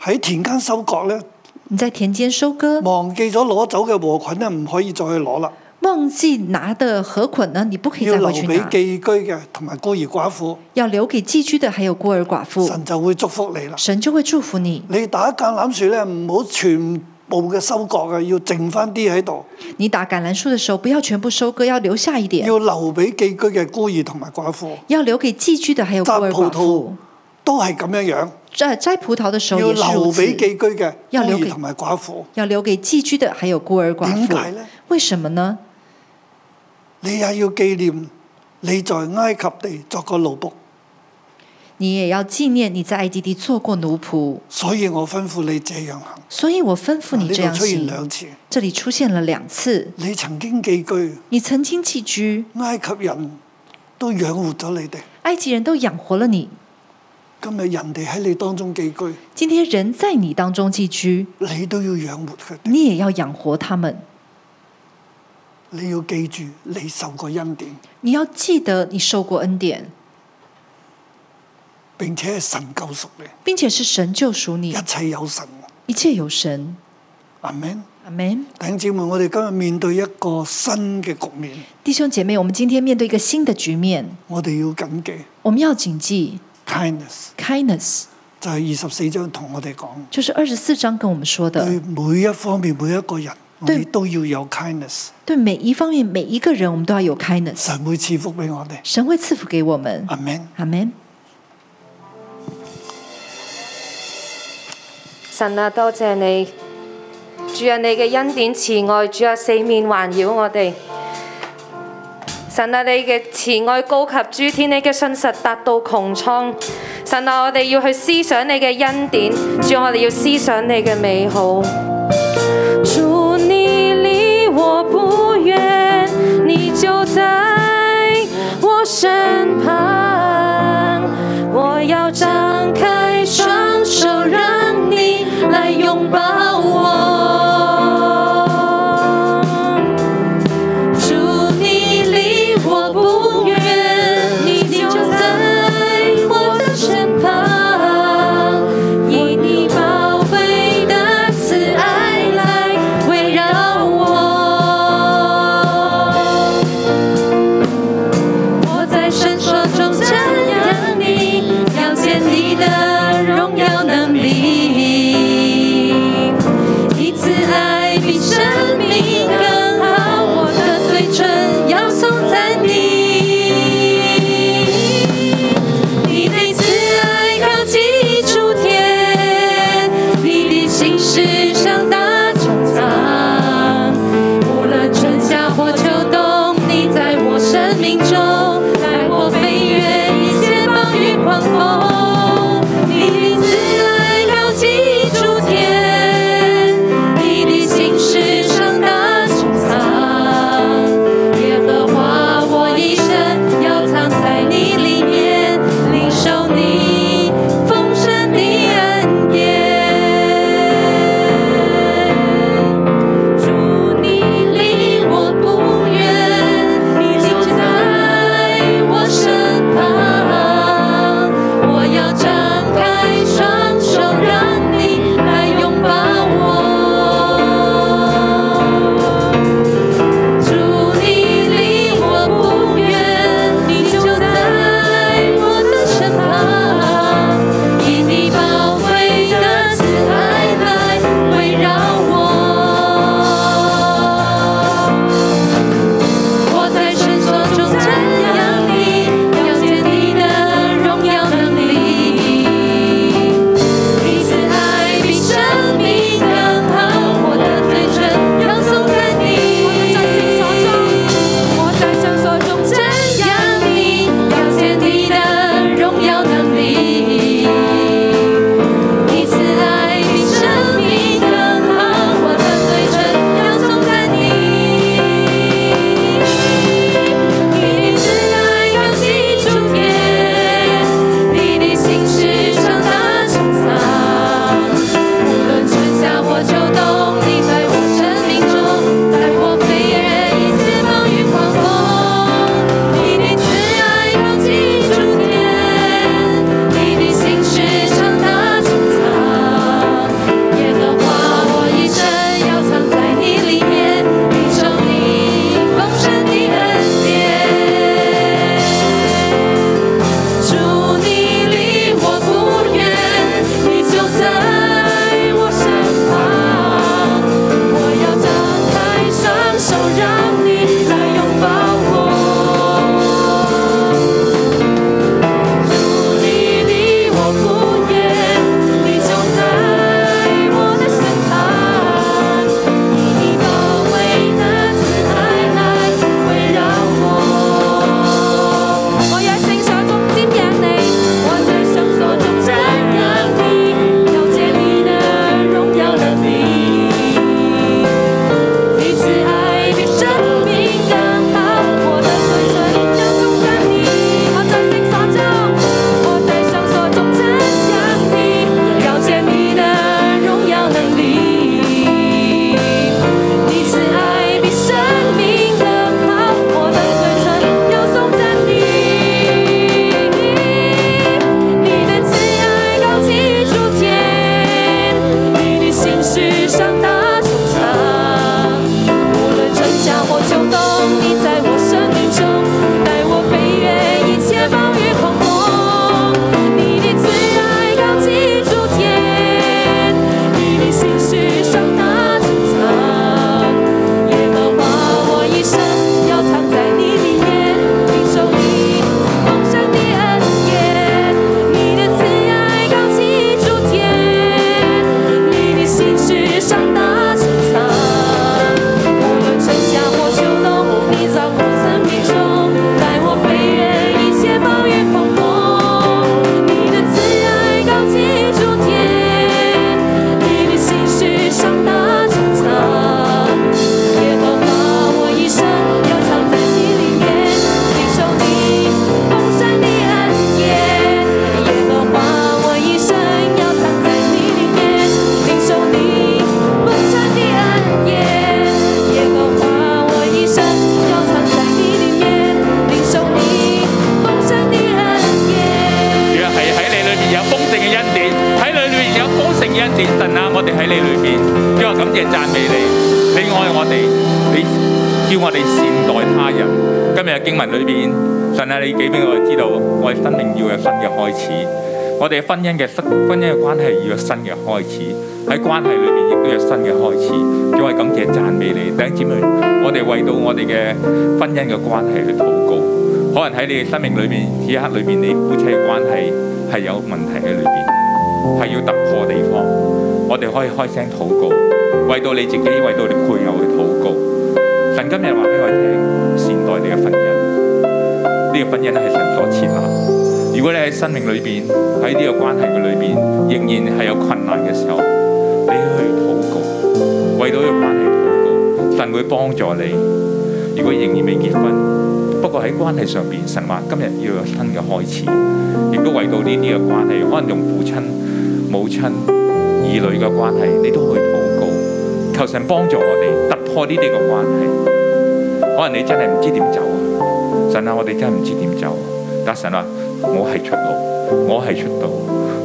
Speaker 2: 喺田間收割咧，
Speaker 3: 你在田間收割，
Speaker 2: 忘記咗攞走嘅禾捆咧，唔可以再去攞啦，
Speaker 3: 忘記拿的禾捆呢，你不可以
Speaker 2: 要
Speaker 3: 再
Speaker 2: 留
Speaker 3: 回去
Speaker 2: 俾
Speaker 3: 拿，
Speaker 2: 寄居嘅同埋孤兒寡婦，
Speaker 3: 要留給寄居的，還有孤兒寡婦，
Speaker 2: 神就會祝福你啦。
Speaker 3: 神就會祝福你。
Speaker 2: 你打橄欖樹咧，唔好全部嘅收割嘅，要剩翻啲喺度，
Speaker 3: 你打橄欖樹的時候，不要全部收割，要留下一點，
Speaker 2: 要留俾寄居嘅孤兒同埋寡婦，
Speaker 3: 要留給寄居的，還有孤
Speaker 2: 摘
Speaker 3: 兒
Speaker 2: 葡
Speaker 3: 寡
Speaker 2: 萄
Speaker 3: 婦。
Speaker 2: 都係咁樣
Speaker 3: 摘摘葡萄的時
Speaker 2: 樣，
Speaker 3: 候
Speaker 2: 要
Speaker 3: 也是
Speaker 2: 留
Speaker 3: 如
Speaker 2: 俾
Speaker 3: 此，
Speaker 2: 寄居嘅孤
Speaker 3: 要留給
Speaker 2: 兒同埋寡婦。
Speaker 3: 要留給寄居的，還有孤兒寡
Speaker 2: 點解呢
Speaker 3: 婦。為什麼呢？
Speaker 2: 你也要紀念你在埃及地作過奴仆，
Speaker 3: 你也要紀念你在埃及地做過奴僕，
Speaker 2: 所以我吩咐你這樣行。
Speaker 3: 所以我吩咐
Speaker 2: 啊呢
Speaker 3: 你這
Speaker 2: 度
Speaker 3: 樣
Speaker 2: 出現
Speaker 3: 行。
Speaker 2: 兩次，
Speaker 3: 這裡出現了兩次，
Speaker 2: 你曾經寄居，
Speaker 3: 你曾經寄居，
Speaker 2: 埃及人都養活咗你哋，
Speaker 3: 埃及人都養活了你，
Speaker 2: 今日人哋喺你當中寄居，
Speaker 3: 今天人在你當中寄居，
Speaker 2: 你都要養活佢。
Speaker 3: 你也要養活他們。
Speaker 2: 你要記住，你受過恩典。
Speaker 3: 你要記得你受過恩典，
Speaker 2: 並且係神救贖你，
Speaker 3: 並且是神救贖你
Speaker 2: 一，切有神。
Speaker 3: 一切有神。
Speaker 2: 阿 Man，
Speaker 3: 阿門。
Speaker 2: 弟兄姊妹，我哋今日面對一個新嘅局面，
Speaker 3: 弟兄姐妹，我們今天面對一個新的局面，
Speaker 2: 我哋要謹記
Speaker 3: 我們要謹記
Speaker 2: kindness，
Speaker 3: kindness，
Speaker 2: 就係二十四章同我哋講，
Speaker 3: 就是二十四章跟我們說
Speaker 2: 對
Speaker 3: 的，
Speaker 2: 每一方面每一個人，我哋
Speaker 3: 對
Speaker 2: 都要有 kindness，
Speaker 3: 對每一方面每一個人，我們都要有 kindness。
Speaker 2: 神會賜福俾我哋。
Speaker 3: 神會賜福給我們。
Speaker 2: 阿
Speaker 4: 啊
Speaker 2: Man，
Speaker 3: 阿門。
Speaker 5: 神啊，多謝你，主啊，你嘅恩典慈愛，主啊，四面環繞我哋。神啊，你嘅慈愛高及諸天，你嘅信實達到穹蒼。神啊，我哋要去思想你嘅恩典，主啊，我哋要思想你嘅美好。主，你离我不远，你就在我身旁。我要张开双手，让你来拥抱我。祝你离我不远，你就在我的身旁，以你宝贵的慈爱来围绕我。我在深
Speaker 6: 啊謝神啊！我哋喺你裏邊，因為啊感謝讚美你，你愛我哋，你叫我哋善待他人。今日嘅經文裏邊，神啊，你俾俾我哋知道，我哋生命要有新嘅開始，我哋婚姻嘅新婚姻嘅關係要有新嘅開始，喺關係裏邊亦都有新嘅開始。因為感謝讚美你，弟兄姊妹，我哋為到我哋嘅婚姻嘅關係去禱告。可能喺你嘅生命裏邊，此刻裏邊，你夫妻嘅關係係有問題喺裏邊。係要突破地方，我哋可以開聲禱告，為到你自己，為到你配偶去禱告。神今日話俾我聽，善待你嘅婚姻，呢、個婚姻係神所設立。如果你喺生命裏邊，喺呢個關係嘅裏邊，仍然係有困難嘅時候，你去禱告，為到呢個關係禱告，神會幫助你。如果仍然未結婚，不過喺關係上邊，神話今日要有新嘅開始，亦都為到呢啲嘅關係，可能用父親、母親、兒女嘅關係，你都去禱告，求神幫助我哋突破呢啲嘅關係。可能你真係唔知點走啊！神啊，我哋真係唔知點走。但神啊，我係出路，我係出道，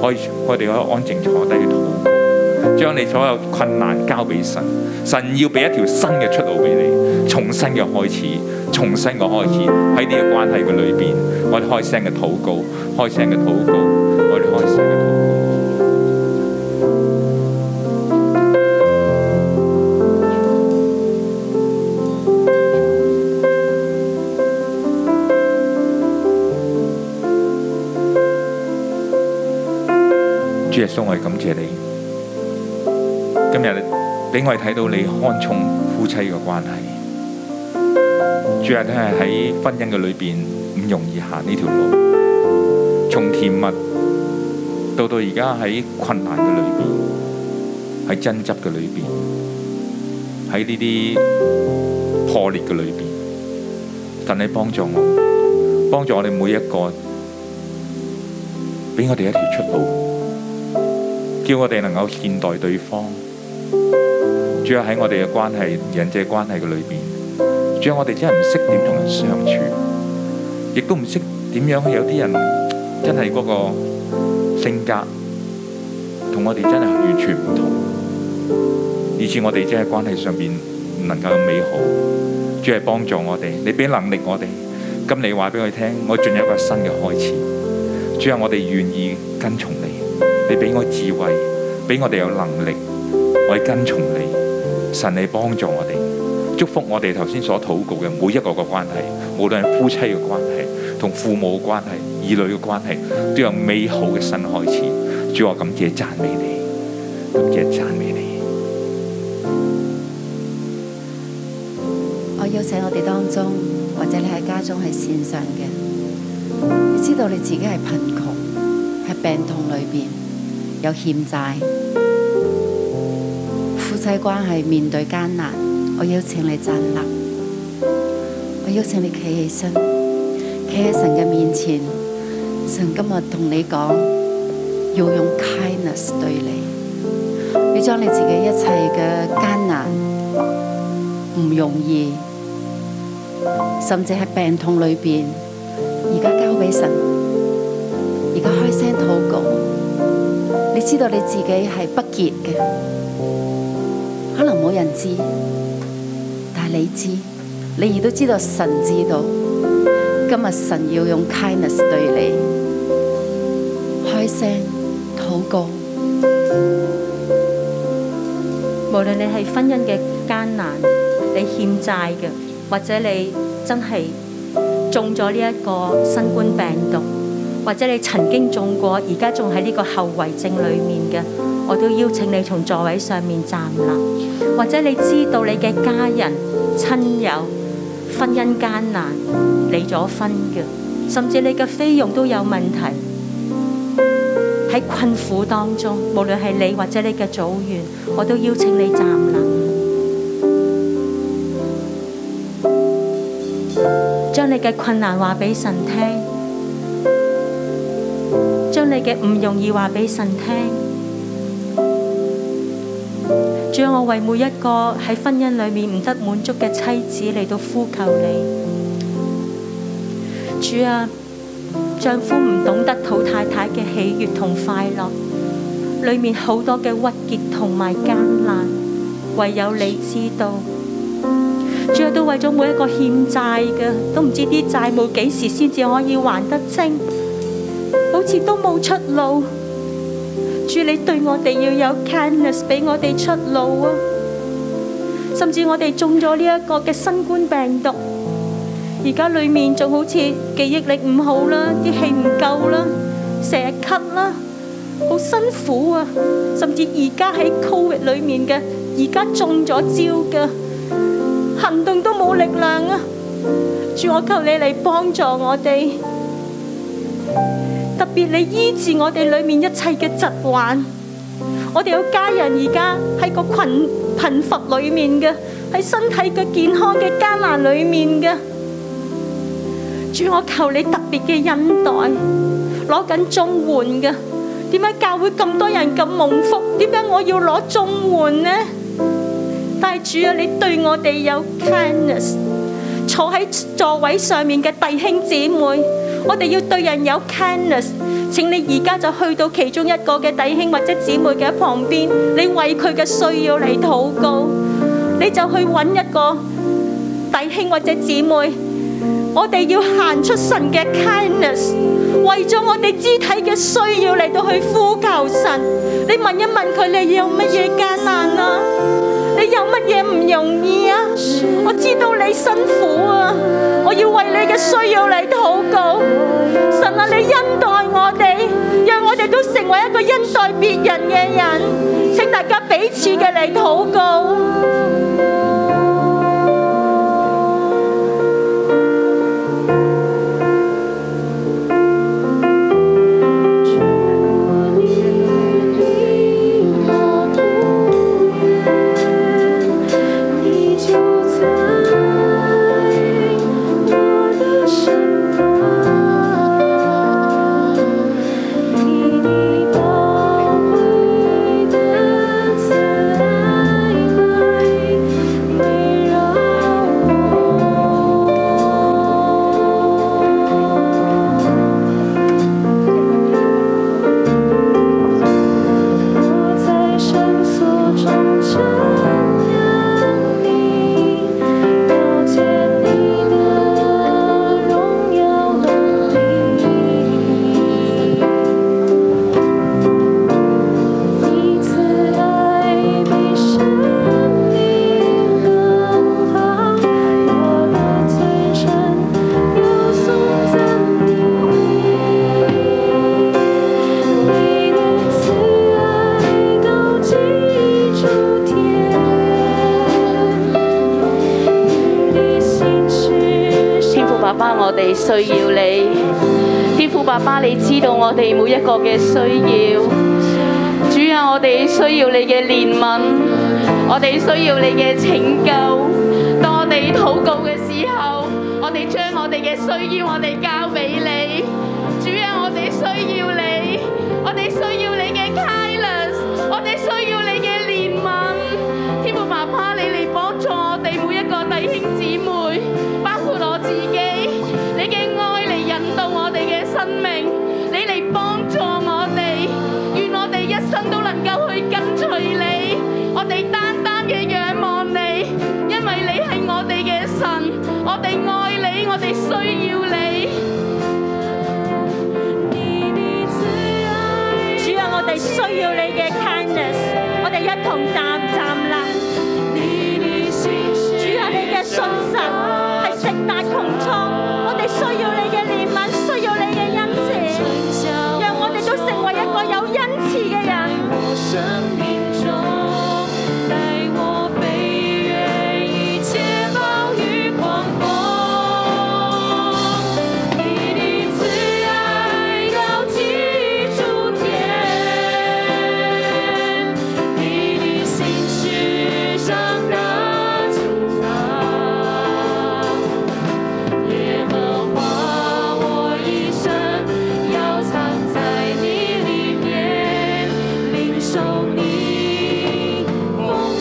Speaker 6: 可以我哋可以安靜坐低去禱告。將你所有困難交俾神，神要俾一條新嘅出路俾你，重新嘅開始，重新嘅開始喺呢個關係嘅裏邊，我哋開聲嘅禱告，開聲嘅禱告，我哋開聲嘅禱告。主耶穌，我哋感謝你。今日俾我哋睇到你看重夫妻嘅關係，主啊，真係喺婚姻嘅裏邊唔容易行呢條路，從甜蜜到到而家喺困難嘅裏邊，喺爭執嘅裏邊，喺呢啲破裂嘅裏邊，神你幫助我，幫助我哋每一個，俾我哋一條出路。叫我哋能夠善待對方。主要喺我哋嘅關係、人際關係嘅裏邊，主要我哋真係唔識點同人相處，亦都唔識點樣有啲人真係嗰個性格同我哋真係完全唔同，以致我哋真係關係上邊唔能夠咁美好。主係幫助我哋，你俾能力我哋。咁你話俾我聽，我進入一個新嘅開始。主啊，我哋願意跟從你，你俾我智慧，俾我哋有能力，我哋跟從你。神你幫助我哋，祝福我哋頭先所禱告嘅每一個嘅關係，無論係夫妻嘅關係、同父母嘅關係、兒女嘅關係，都有美好嘅新開始。主，我感謝讚美你，感謝讚美你。
Speaker 7: 我邀請我哋當中，或者你喺家中係線上嘅，你知道你自己係貧窮，喺病痛裏邊有欠債，夫妻關係面對艱難，我邀請你站立，我邀請你企起身，企喺神嘅面前，神今日同你講，要用 kindness 對你，你將你自己一切嘅艱難。唔容易，甚至喺病痛裏邊，而家交俾神，而家開聲禱告。你知道你自己係不潔嘅，可能冇人知，但係你知，你亦都知道神知道。今日神要用 kindness 對你，開聲禱告。
Speaker 8: 無論你係婚姻嘅艱難，你欠債嘅，或者你真係中咗呢一個新冠病毒，或者你曾經中過，而家仲喺呢個後遺症裡面嘅，我都邀請你從座位上面站立，或者你知道你嘅家人、親友婚姻艱難，離咗婚嘅，甚至你嘅菲傭都有問題。喺困苦當中，無論係你或者你嘅組員，我都邀請你站立，將你嘅困難話俾神聽，將你嘅唔容易話俾神聽。主啊，我為每一個喺婚姻裏面唔得滿足嘅妻子嚟到呼求你，主啊！丈夫唔懂得討太太嘅喜悅同快樂，裏面好多嘅鬱結同埋艱難，唯有你知道。主啊，都為咗每一個欠債嘅，都唔知啲債務幾時先至可以還得清，好似都冇出路。主，你對我哋要有 kindness，俾我哋出路啊！甚至我哋中咗呢一個嘅新冠病毒，而家裏面仲好似記憶力唔好啦，啲氣唔夠啦，成日咳啦。好辛苦啊！甚至而家喺 Covid 裏面嘅，而家中咗招嘅，行動都冇力量啊！主，我求你嚟幫助我哋，特別你醫治我哋裏面一切嘅疾患。我哋有家人而家喺個群貧乏裏面嘅，喺身體嘅健康嘅艱難裏面嘅，主，我求你特別嘅恩待，攞緊綜援嘅。點解教會咁多人咁蒙福？點解我要攞綜援呢？但係主啊，你對我哋有 kindness，坐喺座位上面嘅弟兄姊妹，我哋要對人有 kindness。請你而家就去到其中一個嘅弟兄或者姊妹嘅旁邊，你為佢嘅需要嚟禱告，你就去揾一個弟兄或者姊妹。我哋要行出神嘅 kindness，為咗我哋肢體嘅需要嚟到去呼求神。你問一問佢，你有乜嘢艱難啊？你有乜嘢唔容易啊？我知道你辛苦啊，我要為你嘅需要嚟禱告。神啊，你恩待我哋，讓我哋都成為一個恩待別人嘅人。請大家彼此嘅嚟禱告。
Speaker 9: 你就在我的身旁，以你宝贵的慈爱围绕我。我在深锁中眷恋你，靠近你的荣耀能力。你慈爱比生命更好，我的嘴唇要颂赞你。你的慈爱高及诸天，你心事
Speaker 10: 天父爸爸，我哋需要你。天父爸爸，你知道我哋每一個嘅需要。主啊，我哋需要你嘅憐憫，我哋需要你嘅拯救。當我哋禱告嘅時候，我哋將我哋嘅需要，我哋交俾你。主啊，我哋需要你，我哋需要你嘅 kindness，我哋需要你嘅憐憫。天父爸爸，你嚟幫助我哋每一個弟兄姊妹，包括我自己。你嘅愛嚟引導我哋嘅生命，你嚟幫助我哋，願我哋一生都能夠去跟隨你。我哋單單嘅仰望你，因為你係我哋嘅神，我哋愛你，我哋需要你。
Speaker 9: 你的慈爱。
Speaker 8: 主啊，我哋需要你嘅 kindness，我哋一同站站立。主啊，你嘅信實係直達穹蒼，我哋需要你嘅憐憫，需要你嘅恩慈，讓我哋都成為一個有恩慈嘅人。
Speaker 9: 我生命中，带我飞越一切暴雨狂风。你的慈爱高及诸天，你的心事上的穹苍。耶和华，我一生要藏在你里面，领受你丰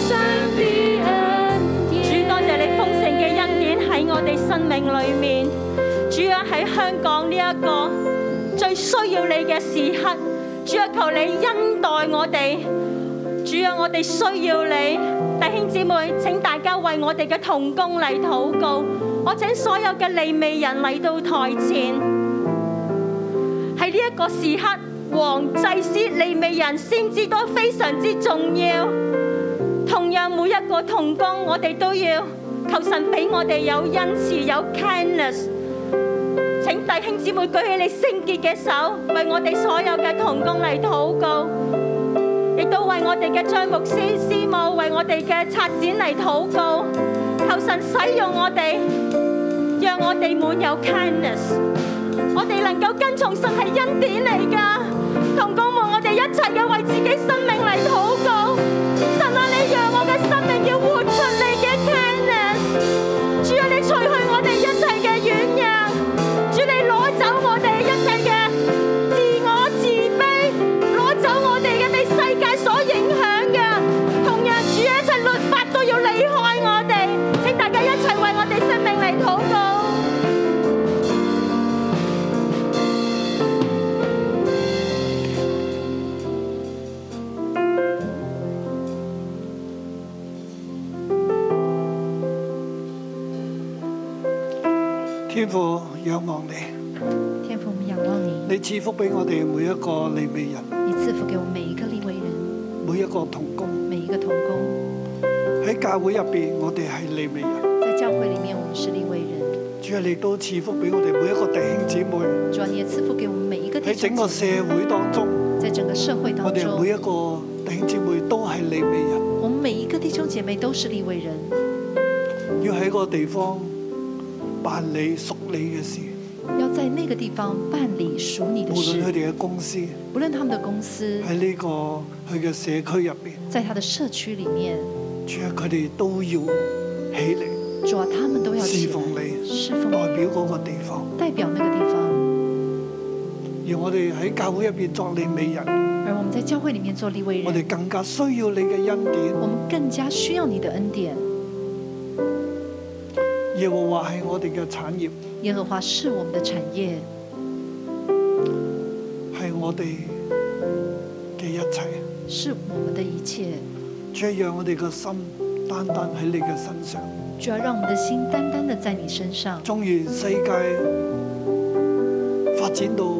Speaker 9: 盛的恩典。
Speaker 8: 主，多謝你豐盛嘅恩典喺我哋生命裏面。主啊，喺香港呢一個最需要你嘅時刻，主啊，求你恩待我哋。主啊，我哋需要你，弟兄姊妹，請大家為我哋嘅童工嚟禱告。我請所有嘅利未人嚟到台前，喺呢一個時刻，王祭司利未人先知都非常之重要。同樣每一個童工，我哋都要求神俾我哋有恩慈，有 kindness。請弟兄姊妹舉起你聖潔嘅手，為我哋所有嘅童工嚟禱告。亦都為我哋嘅張牧師師母，為我哋嘅策展嚟禱告，求神使用我哋，讓我哋滿有 kindness，我哋能夠跟從神係恩典嚟噶。同工們，我哋一齊嘅為自己生命嚟禱告，神啊，你讓我嘅生命要活出你嘅 kindness，主啊，你除去我哋一切嘅軟弱，主啊你攞走我哋一切嘅。自我自卑，攞走我哋嘅被世界所影響嘅，同樣主啊一切律法都要離開我哋，請大家一齊為我哋生命嚟禱告。
Speaker 4: 天父仰望你，
Speaker 2: 天父，我们仰望你，
Speaker 4: 你賜福俾我哋每一個利未人，
Speaker 2: 你赐福给我们每一个立位人，
Speaker 4: 每一個童工
Speaker 2: 每一个童工。
Speaker 4: 喺教會入邊，我哋係利未人。
Speaker 2: 在教会里面，我们是立位人，
Speaker 4: 主啊，你都賜福俾我哋每一個弟兄姊妹。
Speaker 2: 主啊，你也赐福给我们每一个弟
Speaker 4: 喺整
Speaker 2: 兄
Speaker 4: 個社
Speaker 2: 姊妹。
Speaker 4: 會當中，
Speaker 2: 在整个社会
Speaker 4: 我
Speaker 2: 当
Speaker 4: 哋每
Speaker 2: 中，
Speaker 4: 一個弟兄姊妹都係利未人，
Speaker 2: 我们每一个弟兄姐妹都是立位人，
Speaker 4: 要喺個地方辦理屬你嘅事，
Speaker 2: 要在那个地方办理属你
Speaker 4: 無
Speaker 2: 的
Speaker 4: 論佢
Speaker 2: 事，
Speaker 4: 哋嘅公司喺
Speaker 2: 不论他们的公司，
Speaker 4: 呢、個佢嘅社區入邊，
Speaker 2: 在他的社区里面，
Speaker 4: 主啊，佢哋都要起嚟
Speaker 2: 主啊，他们都要起
Speaker 4: 侍奉
Speaker 2: 来
Speaker 4: 你
Speaker 2: 侍奉
Speaker 4: 代
Speaker 2: 你，
Speaker 4: 表嗰個地方。
Speaker 2: 代表那个地方。
Speaker 4: 而我哋喺教會入邊作利未人，
Speaker 2: 而我们在教会里面做立位
Speaker 4: 我
Speaker 2: 人
Speaker 4: 哋，更加需要你嘅恩典。
Speaker 2: 我们更加需要你的恩典。
Speaker 4: 耶和華係我哋嘅產業，
Speaker 2: 耶和华是我们的产业，
Speaker 4: 係我哋嘅一切。
Speaker 2: 是我们的一切。
Speaker 4: 主啊，讓我哋嘅心單單喺你嘅身上。
Speaker 2: 主要让我们的心单单的在你身上。
Speaker 4: 縱然世界發展到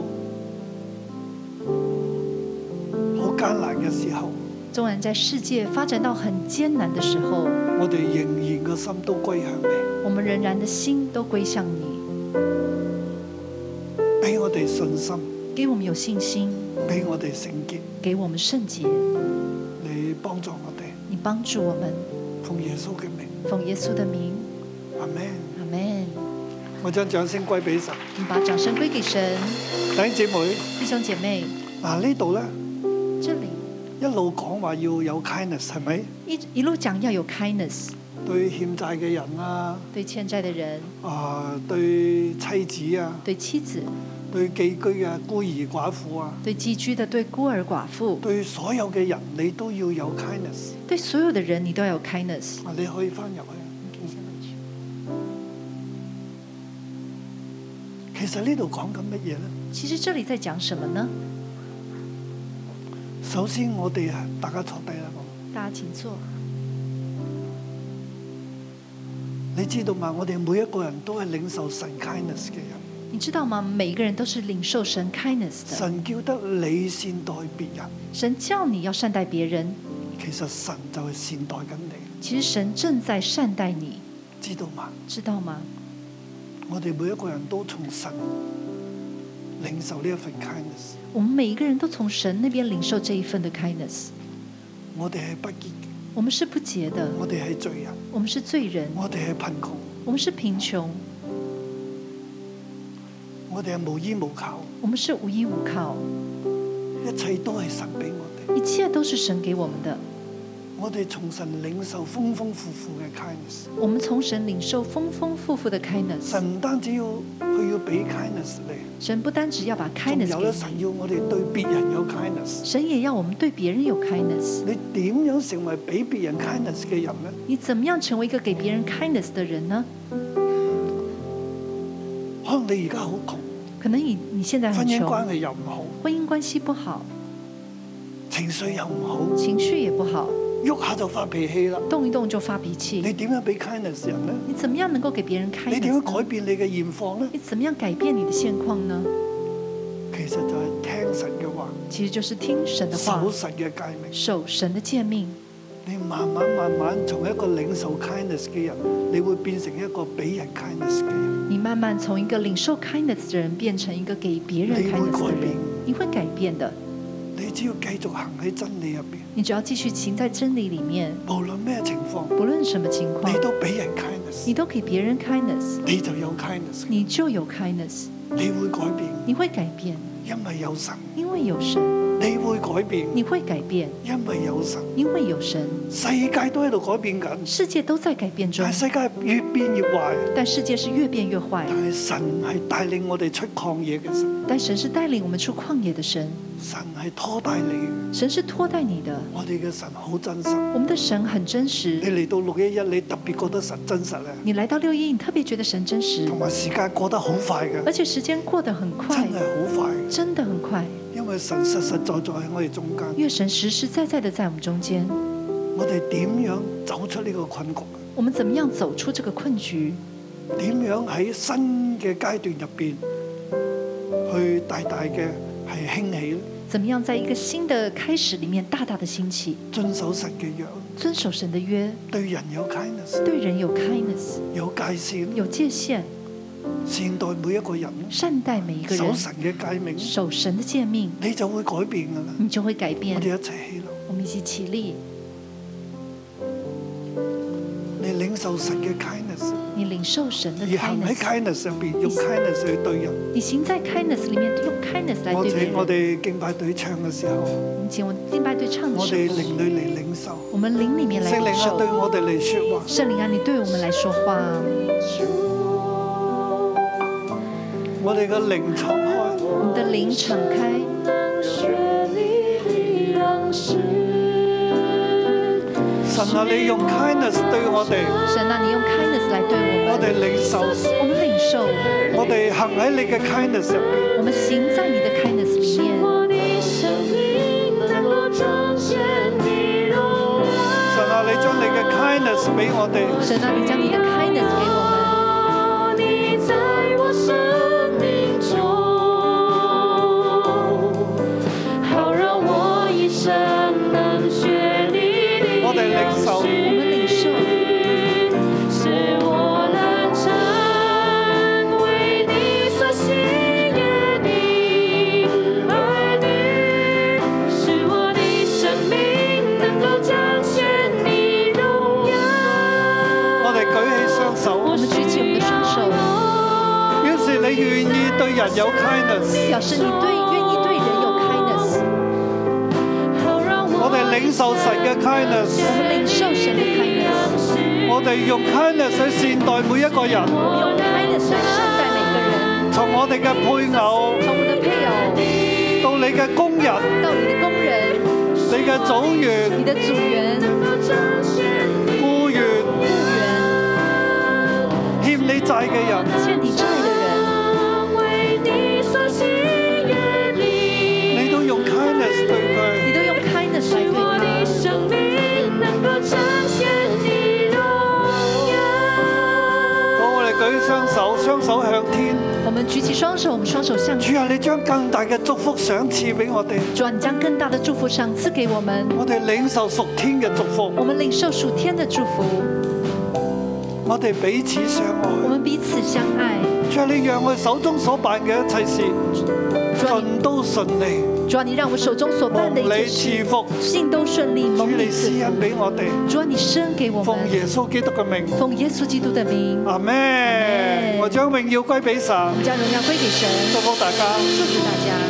Speaker 4: 好艱難嘅時候，
Speaker 2: 纵然在世界发展到很艰难的时候，
Speaker 4: 我哋仍然個心都歸向你，
Speaker 2: 我们仍然的心都归向你，
Speaker 4: 俾我哋信心，
Speaker 2: 给我们有信心，
Speaker 4: 俾我哋聖潔。
Speaker 2: 给我们圣洁。
Speaker 4: 你幫助我哋，
Speaker 2: 你帮助我们，
Speaker 4: 奉耶穌嘅名，
Speaker 2: 奉耶稣的名，
Speaker 4: 阿咩？
Speaker 2: 阿门。
Speaker 4: 我將掌聲歸俾神。
Speaker 2: 我们把掌声归给神，
Speaker 4: 弟兄姊妹，
Speaker 2: 弟兄姐妹，
Speaker 4: 嗱呢度咧
Speaker 2: 这里
Speaker 4: 一路講話要有 kindness 係咪？
Speaker 2: 一一路讲要有 kindness，
Speaker 4: 對欠債嘅人啊，
Speaker 2: 对欠债的人，
Speaker 4: 啊對妻子啊，
Speaker 2: 对妻子，
Speaker 4: 對寄居啊、孤兒寡婦啊，
Speaker 2: 对寄居的，对孤儿寡妇，
Speaker 4: 對所有嘅人你都要有 kindness。
Speaker 2: 对所有的人，你都要有 kindness。
Speaker 4: 啊，你可以翻入去。其實呢度講緊乜嘢咧？
Speaker 2: 其实这里在讲什么呢？
Speaker 4: 首先我哋啊，大家坐低啦。咁
Speaker 2: 大家请坐。
Speaker 4: 你知道嘛？我哋每一個人都係領受神 kindness 嘅人。
Speaker 2: 你知道吗？每一个人都是领受神 kindness 的。
Speaker 4: 神叫得你善待別人，
Speaker 2: 神叫你要善待別人，
Speaker 4: 其實神就係善待緊你，
Speaker 2: 其实神正在善待你，
Speaker 4: 知道嘛？
Speaker 2: 知道吗？
Speaker 4: 我哋每一個人都從神領受呢一份 kindness，
Speaker 2: 我们每一个人都从神那边领受这一份的 kindness。
Speaker 4: 我哋係不潔嘅，
Speaker 2: 我们是不洁的，
Speaker 4: 我哋係罪人，
Speaker 2: 我们是罪人，
Speaker 4: 我哋係貧窮，
Speaker 2: 我们是贫穷，
Speaker 4: 我哋係無依無靠，
Speaker 2: 我们是无依无靠，
Speaker 4: 一切都係神俾我哋。
Speaker 2: 一切都是神给我们的。
Speaker 4: 我哋從神領受豐豐富富嘅 kindness，
Speaker 2: 我们从神领受丰丰富富的 kindness。
Speaker 4: 神唔單止要佢要俾 kindness 你，
Speaker 2: 神不单只要把
Speaker 4: 仲
Speaker 2: kindness
Speaker 4: 有咧
Speaker 2: 给你，
Speaker 4: 神要我哋對別人有 kindness。
Speaker 2: 神也要我们对别人有 kindness。
Speaker 4: 你點樣成為俾別人 kindness 嘅人呢？
Speaker 2: 你怎么样成为一个给别人 kindness 的人呢？
Speaker 4: 可能你而家好窮，
Speaker 2: 可能你你现在很
Speaker 4: 婚姻
Speaker 2: 穷，
Speaker 4: 關係又唔好。
Speaker 2: 婚姻关系不好，情緒又唔好，
Speaker 4: 情绪也不好，
Speaker 2: 喐下就發脾氣啦。
Speaker 4: 动一动就发脾
Speaker 2: 你
Speaker 4: 气。
Speaker 2: 點樣俾 kindness 人呢？
Speaker 4: 你怎么样能够给别人开？
Speaker 2: 你點樣改？變你嘅現況呢？
Speaker 4: 你怎么样改变你的现况呢？
Speaker 2: 其實就係聽神嘅話，
Speaker 4: 其實就是聽神的話
Speaker 2: 守，神嘅戒命。
Speaker 4: 守神的诫命。
Speaker 2: 你慢慢慢慢從一個領受 kindness 嘅人，你會變成一個俾人 kindness 嘅人。
Speaker 4: 你慢慢从一个领受 kindness 的人，变成一个给别人
Speaker 2: 你會
Speaker 4: kindness 的
Speaker 2: 改變
Speaker 4: 人，你会改变的。
Speaker 2: 你只要繼續行喺真理入邊，
Speaker 4: 你只要繼續行在真理里面，
Speaker 2: 無論咩情況，
Speaker 4: 不論什么情
Speaker 2: 你
Speaker 4: 況，
Speaker 2: 都俾人 kindness，
Speaker 4: 你都给別人 kindness，
Speaker 2: 你就有 kindness，
Speaker 4: 你就有 kindness，
Speaker 2: 你會改變，
Speaker 4: 你會改變，
Speaker 2: 因為有神。
Speaker 4: 因為有神，
Speaker 2: 你會改變，
Speaker 4: 你會改變，
Speaker 2: 因為有神。
Speaker 4: 因為有神。
Speaker 2: 世界都喺度改變緊，
Speaker 4: 世界都在改變中
Speaker 2: 但係，世界越變越壞。
Speaker 4: 但世界是越變越壞
Speaker 2: 但。係神係帶領我哋出曠野嘅神，
Speaker 4: 但神是帶領我們出曠野的神，
Speaker 2: 神係拖帶你嘅。
Speaker 4: 神是拖帶你的。
Speaker 2: 我哋嘅神好真實。
Speaker 4: 我們的神很真
Speaker 2: 你
Speaker 4: 實。
Speaker 2: 嚟到六一一，你特別覺得神真實咧，
Speaker 4: 你來到六一，你特別覺得神真實
Speaker 2: 同，埋時間過得好快嘅，
Speaker 4: 而且時間過得很快
Speaker 2: 真，係好快嘅。
Speaker 4: 真的很快。
Speaker 2: 因為神實實在在喺我哋中間，
Speaker 4: 因為神實實在在的在我們中間，
Speaker 2: 我哋點樣走出呢個困局？
Speaker 4: 我們怎麼樣走出這個困局？
Speaker 2: 點樣喺新嘅階段入邊去大大嘅係興起咧？
Speaker 4: 怎么样在一个新的开始里面大大的兴起，
Speaker 2: 遵守神嘅約，
Speaker 4: 遵守神的约，
Speaker 2: 對人有 kindness，
Speaker 4: 对人有 kindness，
Speaker 2: 有界線，
Speaker 4: 有界限，
Speaker 2: 善待每一個人，
Speaker 4: 善待每一个
Speaker 2: 守
Speaker 4: 人，
Speaker 2: 神嘅誡命，
Speaker 4: 守神的诫命，
Speaker 2: 你就會改變噶啦。
Speaker 4: 你就会改
Speaker 2: 我
Speaker 4: 变。
Speaker 2: 哋一齊起落，
Speaker 4: 我们一起起立，
Speaker 2: 你領受神嘅 kindness，
Speaker 4: 你领受神的
Speaker 2: 而行喺
Speaker 4: kindness，
Speaker 2: kindness 上邊，用 kindness 去對人。
Speaker 4: 你行在 kindness 里面，用 kindness 来
Speaker 2: 或
Speaker 4: 对
Speaker 2: 者
Speaker 4: 别人。
Speaker 2: 我哋敬拜隊唱嘅時候，
Speaker 4: 我们请我们敬拜队唱的
Speaker 2: 我
Speaker 4: 时
Speaker 2: 哋
Speaker 4: 候，
Speaker 2: 靈裏嚟領受，
Speaker 4: 我们灵里面来
Speaker 2: 聖靈
Speaker 4: 领
Speaker 2: 啊
Speaker 4: 受
Speaker 2: 對。我哋嚟説話。
Speaker 4: 圣灵啊，你对我们来说话，
Speaker 2: 我哋嘅靈敞開，
Speaker 4: 我们的灵敞开，
Speaker 2: 神啊，你用 kindness 對我哋，
Speaker 4: 神啊，你用 kindness 来对我
Speaker 2: 我
Speaker 4: 们，
Speaker 2: 哋領受，
Speaker 4: 我们领受，
Speaker 2: 我哋行喺你嘅 kindness 入邊。
Speaker 4: 我们行在你的 kindness 里面。
Speaker 2: 神啊，你將你嘅 kindness 俾我哋。
Speaker 4: 神啊，你将你的 kindness 给我
Speaker 2: 我哋領受，
Speaker 4: 们，我们领受，
Speaker 9: 使我能成为你所喜悦的儿女，使我的生命能够彰显你荣耀。
Speaker 2: 我哋舉起雙手
Speaker 4: 我。们举起我们的双手，
Speaker 2: 於是你願意對人有 kindness，
Speaker 4: 表示你对愿意对人有 kindness，
Speaker 9: 好让
Speaker 2: 我哋領受神嘅 kindness，
Speaker 4: 我们领受神的 kindness，
Speaker 2: 我哋用 kindness 去善待每一個人，
Speaker 4: 我们用 kindness 来善待每一个人，
Speaker 2: 從我哋嘅配偶
Speaker 4: 从我的配偶
Speaker 2: 到你嘅工人、
Speaker 4: 到你的工人、
Speaker 2: 你嘅組員、
Speaker 4: 你的组员、
Speaker 2: 僱員、
Speaker 4: 雇员、
Speaker 2: 欠你債嘅人，
Speaker 4: 欠你债的人，
Speaker 2: 你都用 kindness 對佢。
Speaker 4: 你都用 kindness 来对他，
Speaker 2: 好，我哋舉起雙手，雙手向天。
Speaker 4: 我们举起双手，我们双手向主，
Speaker 2: 主啊，你將更大嘅祝福賞賜俾我哋，
Speaker 4: 主啊，你将更大的祝福赏赐给我们，
Speaker 2: 我哋領受屬天嘅祝福，
Speaker 4: 我们领受属天的祝福，
Speaker 2: 我哋彼此相
Speaker 4: 我
Speaker 2: 愛。
Speaker 4: 们彼此相爱。
Speaker 2: 主啊，你讓我手中所辦嘅一切事，盡都順利，
Speaker 4: 主啊，你讓我手中所
Speaker 2: 蒙
Speaker 4: 辦的一
Speaker 2: 你賜
Speaker 4: 切事，
Speaker 2: 福。
Speaker 4: 信都顺利，
Speaker 2: 主
Speaker 4: 蒙
Speaker 2: 你
Speaker 4: 你
Speaker 2: 施
Speaker 4: 赐福。
Speaker 2: 恩俾我哋，
Speaker 4: 主啊，你生给我
Speaker 2: 奉
Speaker 4: 們，
Speaker 2: 耶穌基督嘅名，
Speaker 4: 奉耶穌基督的名，
Speaker 2: 阿咩？我將榮耀歸俾神，
Speaker 4: 我們將榮耀歸給神。
Speaker 2: 祝福大家。
Speaker 4: 祝福大家。